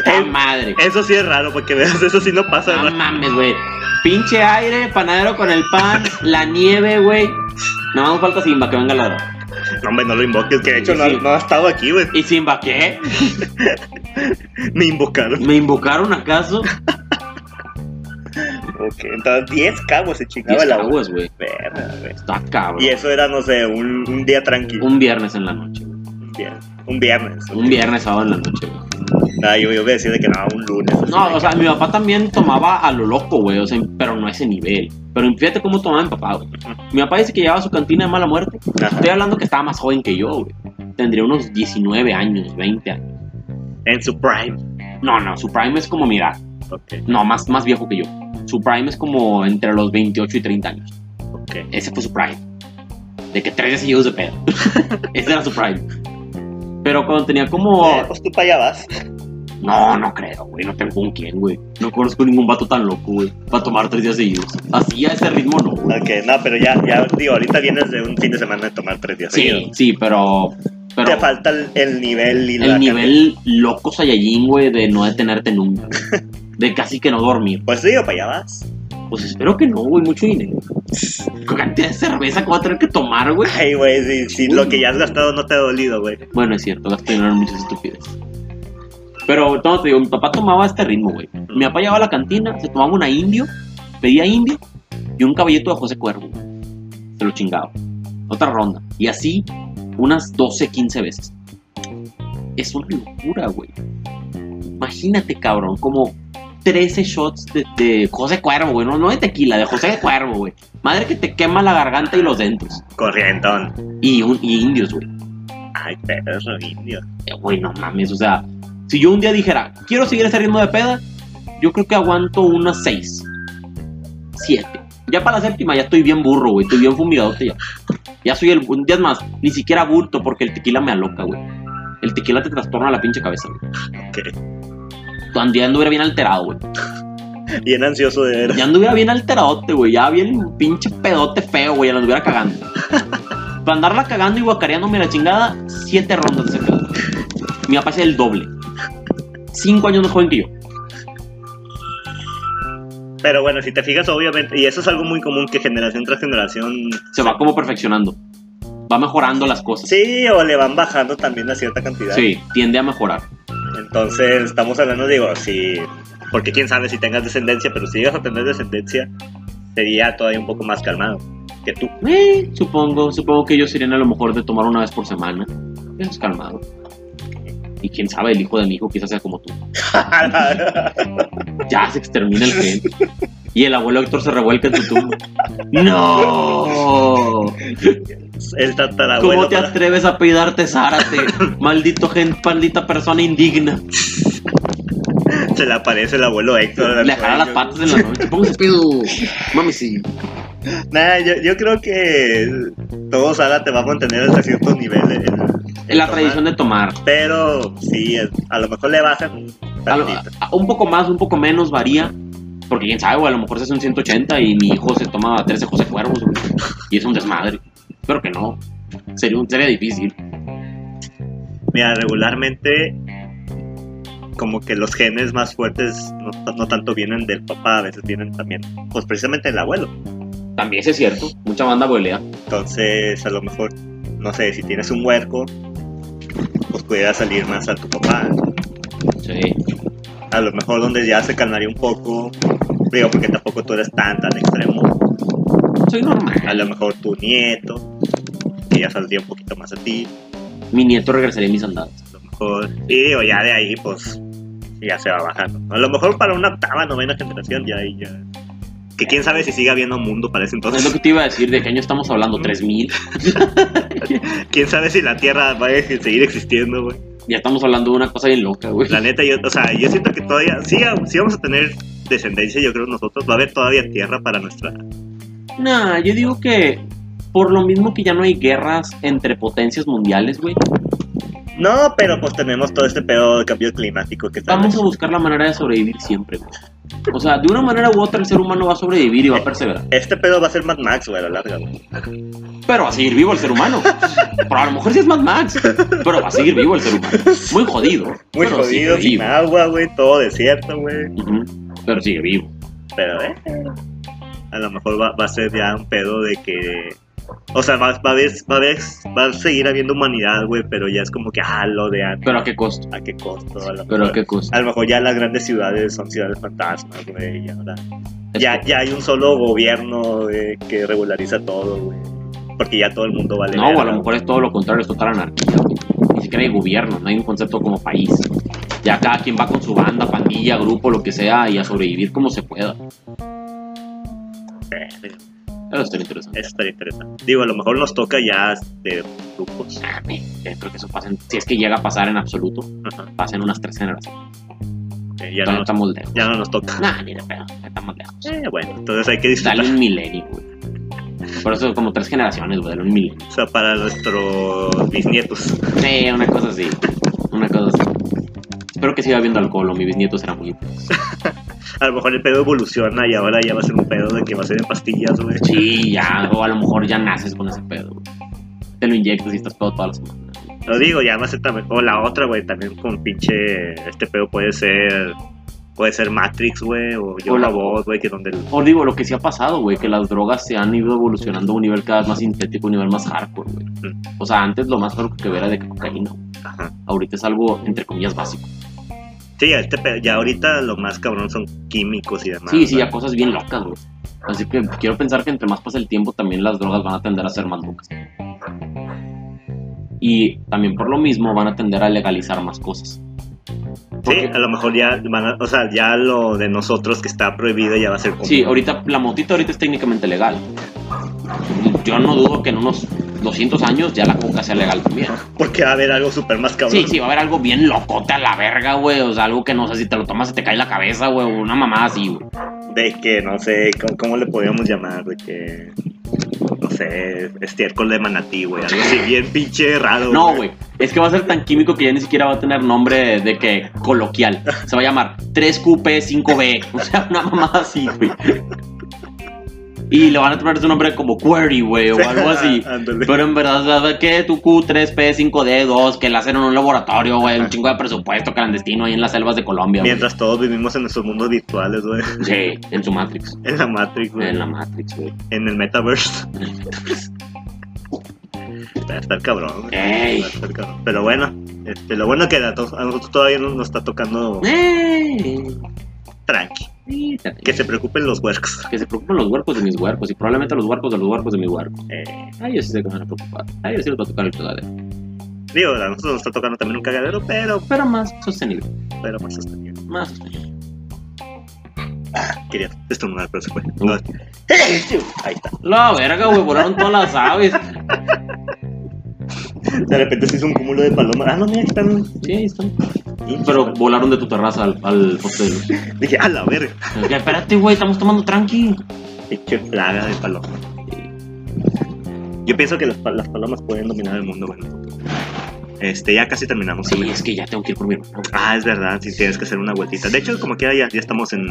S1: Eh,
S2: madre!
S1: Eso sí es raro, porque veas, eso sí no pasa.
S2: No
S1: ¿verdad?
S2: mames, güey. Pinche aire, panadero con el pan, la nieve, güey. Nada más falta Simba que venga la hora.
S1: No, hombre, no lo invoques, que de hecho no,
S2: Ah. Sí.
S1: no ha estado aquí, güey.
S2: ¿Y Simba qué?
S1: Me invocaron.
S2: ¿Me invocaron acaso?
S1: Ok, entonces 10 cabos se chingaba
S2: Diez
S1: el abuelo.
S2: aguas, güey.
S1: Verga, güey.
S2: Está cabrón.
S1: Y eso era, no sé, un, un día tranquilo.
S2: Un viernes en la noche. güey.
S1: Un, día- un viernes.
S2: Un viernes sábado en la noche, güey.
S1: Ah, yo, yo voy a decir de que no, un lunes. así
S2: No,
S1: de
S2: o sea, mi papá también tomaba a lo loco, güey, o sea, pero no a ese nivel. Pero fíjate cómo tomaba mi papá, güey. Mi papá dice que llevaba su cantina de mala muerte.
S1: que- Ajá.
S2: Estoy hablando que estaba más joven que yo, güey. Tendría unos 19 años, 20 años.
S1: En su prime.
S2: No, no, su prime es como mi edad.
S1: Ok,
S2: No, más, más viejo que yo. Su prime es como entre los 28 y 30 años.
S1: ok.
S2: Ese fue su prime. De que tres días seguidos de pedo. ese era su prime. Pero cuando tenía como...
S1: Eh, pues tú para allá vas.
S2: No, no creo, güey. No tengo con quién, güey. No conozco ningún vato tan loco, güey. Para tomar tres días seguidos. Así a ese ritmo no, güey.
S1: Ok, no, pero ya, ya, digo, ahorita vienes de un fin de semana de tomar tres días.
S2: Sí,
S1: seguidos.
S2: sí, pero. Pero
S1: Te falta el, el nivel y la
S2: el nivel loco Saiyajin, güey, de no detenerte nunca. güey. De casi que no dormir.
S1: Pues digo, para allá vas.
S2: Pues espero que no, güey. Mucho dinero. Con cantidad de cerveza que voy a tener que tomar, güey.
S1: Ay, güey, si, si lo que ya has gastado no te ha dolido, güey.
S2: Bueno, es cierto, gasté dinero en muchas estupideces. Pero, entonces, te digo, mi papá tomaba este ritmo, güey. Mi papá llevaba a la cantina, se tomaba una indio, pedía indio y un caballito de José Cuervo. güey. Se lo chingaba. Otra ronda. Y así, unas 12, 15 veces. Es una locura, güey. Imagínate, cabrón, como 13 shots de, de José Cuervo, güey. No, no de tequila, de José Cuervo, güey. Madre que te quema la garganta y los dentes.
S1: Corrientón.
S2: Y, un- y indios, güey.
S1: Ay, pero es indio.
S2: Eh, güey, no mames, o sea, si yo un día dijera, quiero seguir ese ritmo de peda, yo creo que aguanto unas 6, 7. Ya para la séptima ya estoy bien burro, güey, estoy bien fumigadote ya. Ya soy el, un día más, ni siquiera bulto porque el tequila me aloca, güey. El tequila te trastorna la pinche cabeza, güey.
S1: Ok.
S2: Tu andía anduviera bien alterado, güey.
S1: Bien ansioso de ver.
S2: Ya anduviera bien alteradote, güey. Ya bien pinche pedote feo, güey. Ya la anduviera cagando. Para andarla cagando y guacareándome la chingada, siete rondas de ese pedo. Mi papá es el doble. Cinco años más joven que yo.
S1: Pero bueno, si te fijas, obviamente, y eso es algo muy común que generación tras generación.
S2: Se va como perfeccionando. Va mejorando las cosas.
S1: Sí, o le van bajando también a cierta cantidad.
S2: Sí, tiende a mejorar.
S1: Entonces, estamos hablando, digo, si. Porque quién sabe si tengas descendencia, pero si llegas a tener descendencia, sería todavía un poco más calmado que tú.
S2: Eh, supongo, supongo que ellos serían a lo mejor de tomar una vez por semana. Eso es calmado. Y quién sabe, el hijo de mi hijo quizás sea como tú. Ya se extermina el gen. Y el abuelo Héctor se revuelca en tu tumba. ¡No!
S1: El tatarabuelo.
S2: ¿Cómo te
S1: para-
S2: atreves a apellidarte Zárate? Maldito gen, maldita persona indigna.
S1: Se le aparece el abuelo Héctor. al
S2: Le jala las
S1: dueño.
S2: patas en la noche. ¿Cómo se pido? Mami, sí.
S1: Nah, yo, yo creo que todo Sara te va a mantener hasta cierto nivel. eh,
S2: Es la
S1: tomar.
S2: tradición de tomar.
S1: Pero sí, es- a lo mejor le bajan un
S2: A lo-
S1: tantito.
S2: a- un poco más, un poco menos varía. Porque quién sabe, güey, a lo mejor se hace un 180 y mi hijo se toma 13 José Cuervos. güey. Y es un desmadre. Espero que no. Sería, un, sería difícil.
S1: Mira, regularmente como que los genes más fuertes no, no tanto vienen del papá, a veces vienen también, pues precisamente del abuelo.
S2: También eso es cierto. Mucha banda bolea.
S1: Entonces, a lo mejor, no sé, si tienes un huerco, pues pudiera salir más a tu papá.
S2: Sí.
S1: A lo mejor donde ya se calmaría un poco, digo, porque tampoco tú eres tan, tan extremo.
S2: Soy normal.
S1: A lo mejor tu nieto, que ya saldría un poquito más a ti.
S2: Mi nieto regresaría a mis andadas.
S1: a lo mejor. Pues, y digo, ya de ahí, pues, ya se va bajando. A lo mejor para una octava, novena generación, ya ahí, ya. Que quién sabe si sigue habiendo mundo para ese
S2: Es lo
S1: entonces.
S2: que te iba a decir, ¿de qué año estamos hablando? ¿3000?
S1: Quién sabe si la Tierra va a seguir existiendo, güey.
S2: Ya estamos hablando de una cosa bien loca, güey.
S1: La neta, yo, o sea, yo siento que todavía, sí, sí vamos a tener descendencia, yo creo, nosotros. Va a haber todavía Tierra para nuestra.
S2: Nah, yo digo que por lo mismo que ya no hay guerras entre potencias mundiales, güey,
S1: No, pero pues tenemos todo este pedo de cambio climático que
S2: vamos
S1: estamos.
S2: a buscar la manera de sobrevivir siempre, güey. O sea, de una manera u otra el ser humano va a sobrevivir y va a perseverar.
S1: Este pedo va a ser Mad Max, güey, a la larga, güey.
S2: Pero va a seguir vivo el ser humano. Pero a lo mejor sí es Mad Max, pero va a seguir vivo el ser humano. Muy jodido.
S1: Muy
S2: pero
S1: jodido,
S2: sigue
S1: sin
S2: vivo.
S1: agua, güey, todo desierto, güey.
S2: Ujú, Pero sigue vivo.
S1: Pero, eh. A lo mejor va, va a ser ya un pedo de que. O sea, va, va, a, haber- va, a, haber- va a seguir habiendo humanidad, güey, pero ya es como que, ah, lo de antes.
S2: Pero a qué costo.
S1: ¿A qué costo? A lo,
S2: Pero a
S1: mejor,
S2: qué costo.
S1: a lo mejor ya las grandes ciudades son ciudades fantasmas, güey, y ahora. Ya, ya hay un solo gobierno güey, que regulariza todo, güey. Porque ya todo el mundo vale.
S2: No, o a
S1: verga,
S2: lo mejor es todo lo contrario, es total anarquía. güey. Ni siquiera hay gobierno, no hay un concepto como país. Ya cada quien va con su banda, pandilla, grupo, lo que sea, y a sobrevivir como se pueda.
S1: güey.
S2: Eso estaría interesante.
S1: Eh, Eso estaría interesante. Digo, a lo mejor nos toca ya de grupos.
S2: Ah, güey, eh, Creo que eso pasa, en- si es que llega a pasar en absoluto,
S1: Ajá.
S2: pasa en unas tres generaciones.
S1: Eh, Ya
S2: Todavía
S1: no,
S2: estamos lejos.
S1: ya no nos toca.
S2: Nah, ni de pedo, ya estamos lejos.
S1: Eh, bueno, entonces hay que disfrutar.
S2: Dale un milenio, güey. Por eso como tres generaciones, güey, dale un milenio.
S1: O sea, para nuestros bisnietos.
S2: Sí, una cosa así. Una cosa así. Espero que siga habiendo alcohol, o mis bisnietos eran muy...
S1: A lo mejor el pedo evoluciona y ahora ya va a ser un pedo de que va a ser en pastillas, güey.
S2: Sí, ya, o a lo mejor ya naces con ese pedo, güey. Te lo inyectas y estás pedo todas las semanas.
S1: Lo digo, ya va a ser también. O la otra, güey, también con pinche. Este pedo puede ser. Puede ser Matrix, güey, o yo
S2: Hola.
S1: la voz, güey, que donde. el-
S2: O digo, lo que sí ha pasado, güey, que las drogas se han ido evolucionando a un nivel cada vez más sintético, un nivel más hardcore, güey.
S1: Mm.
S2: O sea, antes lo más hardcore que había era de cocaína.
S1: Ajá.
S2: Ahorita es algo, entre comillas, básico.
S1: Sí, este pedo, ya ahorita lo más cabrón son químicos y demás.
S2: Sí, sí,
S1: güey.
S2: ya cosas bien locas, güey. Así que quiero pensar que entre más pasa el tiempo, también las drogas van a tender a ser más locas. Y también por lo mismo van a tender a legalizar más cosas.
S1: Sí,
S2: Porque-
S1: a lo mejor ya van a- O sea, ya lo de nosotros que está prohibido ya va a ser como.
S2: Sí, ahorita la motita ahorita es técnicamente legal. Yo no dudo que en unos 200 años ya la coca sea legal también.
S1: Porque va a haber algo súper más cabrón.
S2: Sí, sí, va a haber algo bien locote a la verga, güey. O sea, algo que no sé si te lo tomas se te cae la cabeza, güey. o Una mamada así, güey.
S1: de que no sé cómo, cómo le podríamos llamar de que no sé estiércol de manatí güey algo así bien pinche raro
S2: No, güey. Es que va a ser tan químico que ya ni siquiera va a tener nombre de, de que coloquial. Se va a llamar 3QP5B. O sea, una mamada así, güey. Y le van a tomar su nombre como Query, güey, o algo así.
S1: Ándale.
S2: Pero en verdad, ¿sabes qué? Tu Q3P5D2, que la hacen en un laboratorio, güey, un chingo de presupuesto clandestino ahí en las selvas de Colombia, güey.
S1: mientras todos vivimos en nuestros mundos virtuales güey
S2: Sí, en su Matrix.
S1: en la Matrix güey
S2: En la Matrix, güey.
S1: en el metaverse Va a estar cabrón, güey.
S2: Ey.
S1: Va a estar cabrón. Pero bueno, este, lo bueno que a to- a nosotros todavía no nos está tocando
S2: ¡Eh!
S1: tranqui.
S2: Sí, te-
S1: Que se preocupen los huercos.
S2: Que se preocupen los huercos de mis huercos y probablemente los huercos de los huercos de mis huercos.
S1: Eh,
S2: A ellos sí se van a preocupar. A ellos sí les va a tocar el cagadero.
S1: digo, a nosotros nos está tocando también un cagadero, pero,
S2: Pero más sostenible.
S1: pero pues más sostenido.
S2: Más sostenible.
S1: Quería estornudar, pero se fue.
S2: Uh.
S1: ¡Eh, Ahí está.
S2: La verga, güey, volaron todas las aves.
S1: De repente se hizo un cúmulo de palomas. Ah, no, mira, que están.
S2: Sí, ahí están. Pero volaron de tu terraza al, al poste de luz.
S1: Dije, a la verga.
S2: Es que, Espérate, güey, estamos tomando tranqui.
S1: Pinche plaga de palomas. Yo pienso que las, pa- las palomas pueden dominar el mundo, bueno. Este, ya casi terminamos.
S2: Sí, es que ya tengo que ir por mi hermano.
S1: Ah, es verdad, si tienes que hacer una vueltita. De hecho, como quiera, ya, ya estamos en,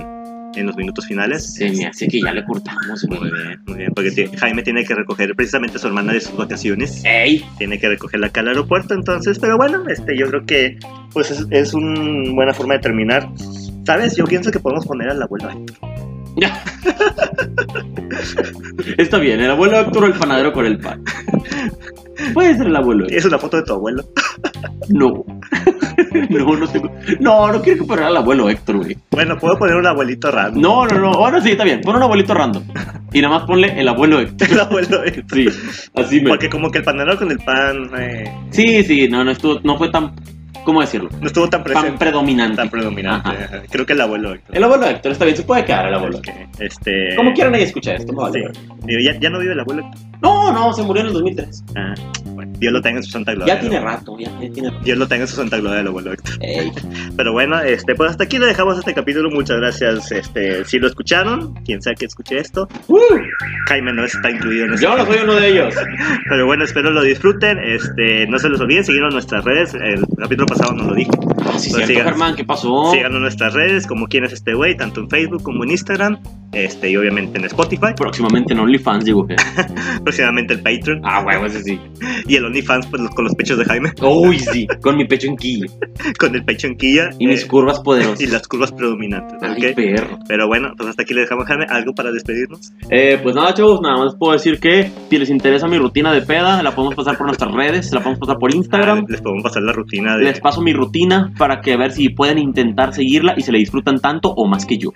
S1: en los minutos finales.
S2: Se me hace que ya le cortamos,
S1: Muy
S2: güey.
S1: bien, muy bien. Porque ti- Jaime tiene que recoger precisamente a su hermana de sus vacaciones.
S2: ¡Ey!
S1: Tiene que recogerla acá al aeropuerto, entonces. Pero bueno, este, yo creo que pues es, es una buena forma de terminar. ¿Sabes? Yo pienso que podemos poner a la abuela.
S2: Está bien, el abuelo Héctor el panadero con el pan. Puede ser el abuelo. eh.
S1: Es una foto de tu abuelo.
S2: No. No, no tengo. No, no quiero comparar al abuelo Héctor, güey.
S1: Bueno, puedo poner un abuelito random.
S2: No, no, Oh, no. Ahora sí, está bien. Pon un abuelito random. Y nada más ponle el abuelo Héctor.
S1: El abuelo, eh.
S2: Sí, así me.
S1: Porque como que el panadero con el pan. eh,
S2: Sí, sí, no, no estuvo, no fue tan ¿Cómo decirlo?
S1: No estuvo tan
S2: Tan
S1: presente.
S2: predominante.
S1: Tan predominante.
S2: Ajá.
S1: ajá. Creo que el abuelo. Héctor.
S2: El abuelo Héctor está bien, se puede quedar el abuelo.
S1: Porque, Este.
S2: Como quieran ahí escucha esto, no vale.
S1: Sí. Digo, ya, ya no vive el abuelo. Héctor.
S2: No, no, se murió en el 2003.
S1: Ah, bueno, Dios lo tenga en su santa gloria.
S2: Ya tiene
S1: ¿no?
S2: rato, ya, ya tiene rato.
S1: Dios lo tenga en su santa gloria, el abuelo. Héctor.
S2: Ey,
S1: Pero bueno, este, pues hasta aquí le dejamos este capítulo. Muchas gracias. Este, si lo escucharon, quien sea que escuche esto,
S2: uh,
S1: Jaime no está incluido en este.
S2: yo no soy uno de ellos.
S1: Pero bueno, espero lo disfruten. Este, no se los olviden, síguenos en nuestras redes. El capítulo pasado nos lo dije.
S2: Ah, Sí,
S1: Pues
S2: cierto,
S1: sigan.
S2: Germán, ¿qué pasó?
S1: Síganos en nuestras redes, como quién es este güey, tanto en Facebook como en Instagram. Este, y obviamente en Spotify.
S2: Próximamente en OnlyFans, digo ¿eh? que.
S1: Próximamente el Patreon.
S2: Ah, huevo, ese sí.
S1: Y el OnlyFans, pues los- con los pechos de Jaime.
S2: Uy, sí, con mi pecho en quilla
S1: Con el pecho en quilla.
S2: y mis
S1: eh,
S2: curvas poderosas.
S1: y las curvas predominantes.
S2: Ay,
S1: ¿ok?
S2: perro.
S1: Pero bueno, pues hasta aquí le dejamos, Jaime. ¿Algo para despedirnos?
S2: Eh, pues nada, chavos, nada más puedo decir que si les interesa mi rutina de peda, la podemos pasar por nuestras redes, la podemos pasar por Instagram.
S1: Ah, Les podemos pasar la rutina de.
S2: Les paso mi rutina para que a ver si pueden intentar seguirla y se la disfrutan tanto o más que yo.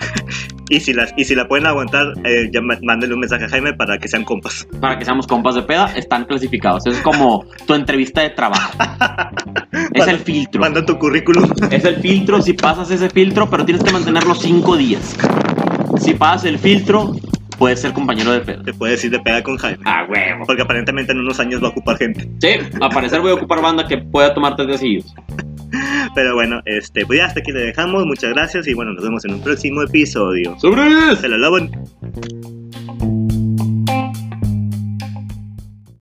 S1: Y si, las, y si la pueden aguantar, eh, ya ma- mándenle un mensaje a Jaime para que sean compas.
S2: Para que seamos compas de peda, están clasificados. Es como tu entrevista de trabajo. Es el filtro.
S1: Manda tu currículum.
S2: Es el filtro, si pasas ese filtro, pero tienes que mantenerlo cinco días. Si pasas el filtro, puedes ser compañero de peda.
S1: Te puedes ir de peda con Jaime.
S2: A Ah, huevo.
S1: Porque aparentemente en unos años va a ocupar gente.
S2: Sí, a parecer voy a ocupar banda que pueda tomar tres días seguidos.
S1: Pero bueno, este, pues ya hasta aquí le dejamos. Muchas gracias y bueno, nos vemos en un próximo episodio.
S2: ¡Sobres!
S1: Se lo lavan.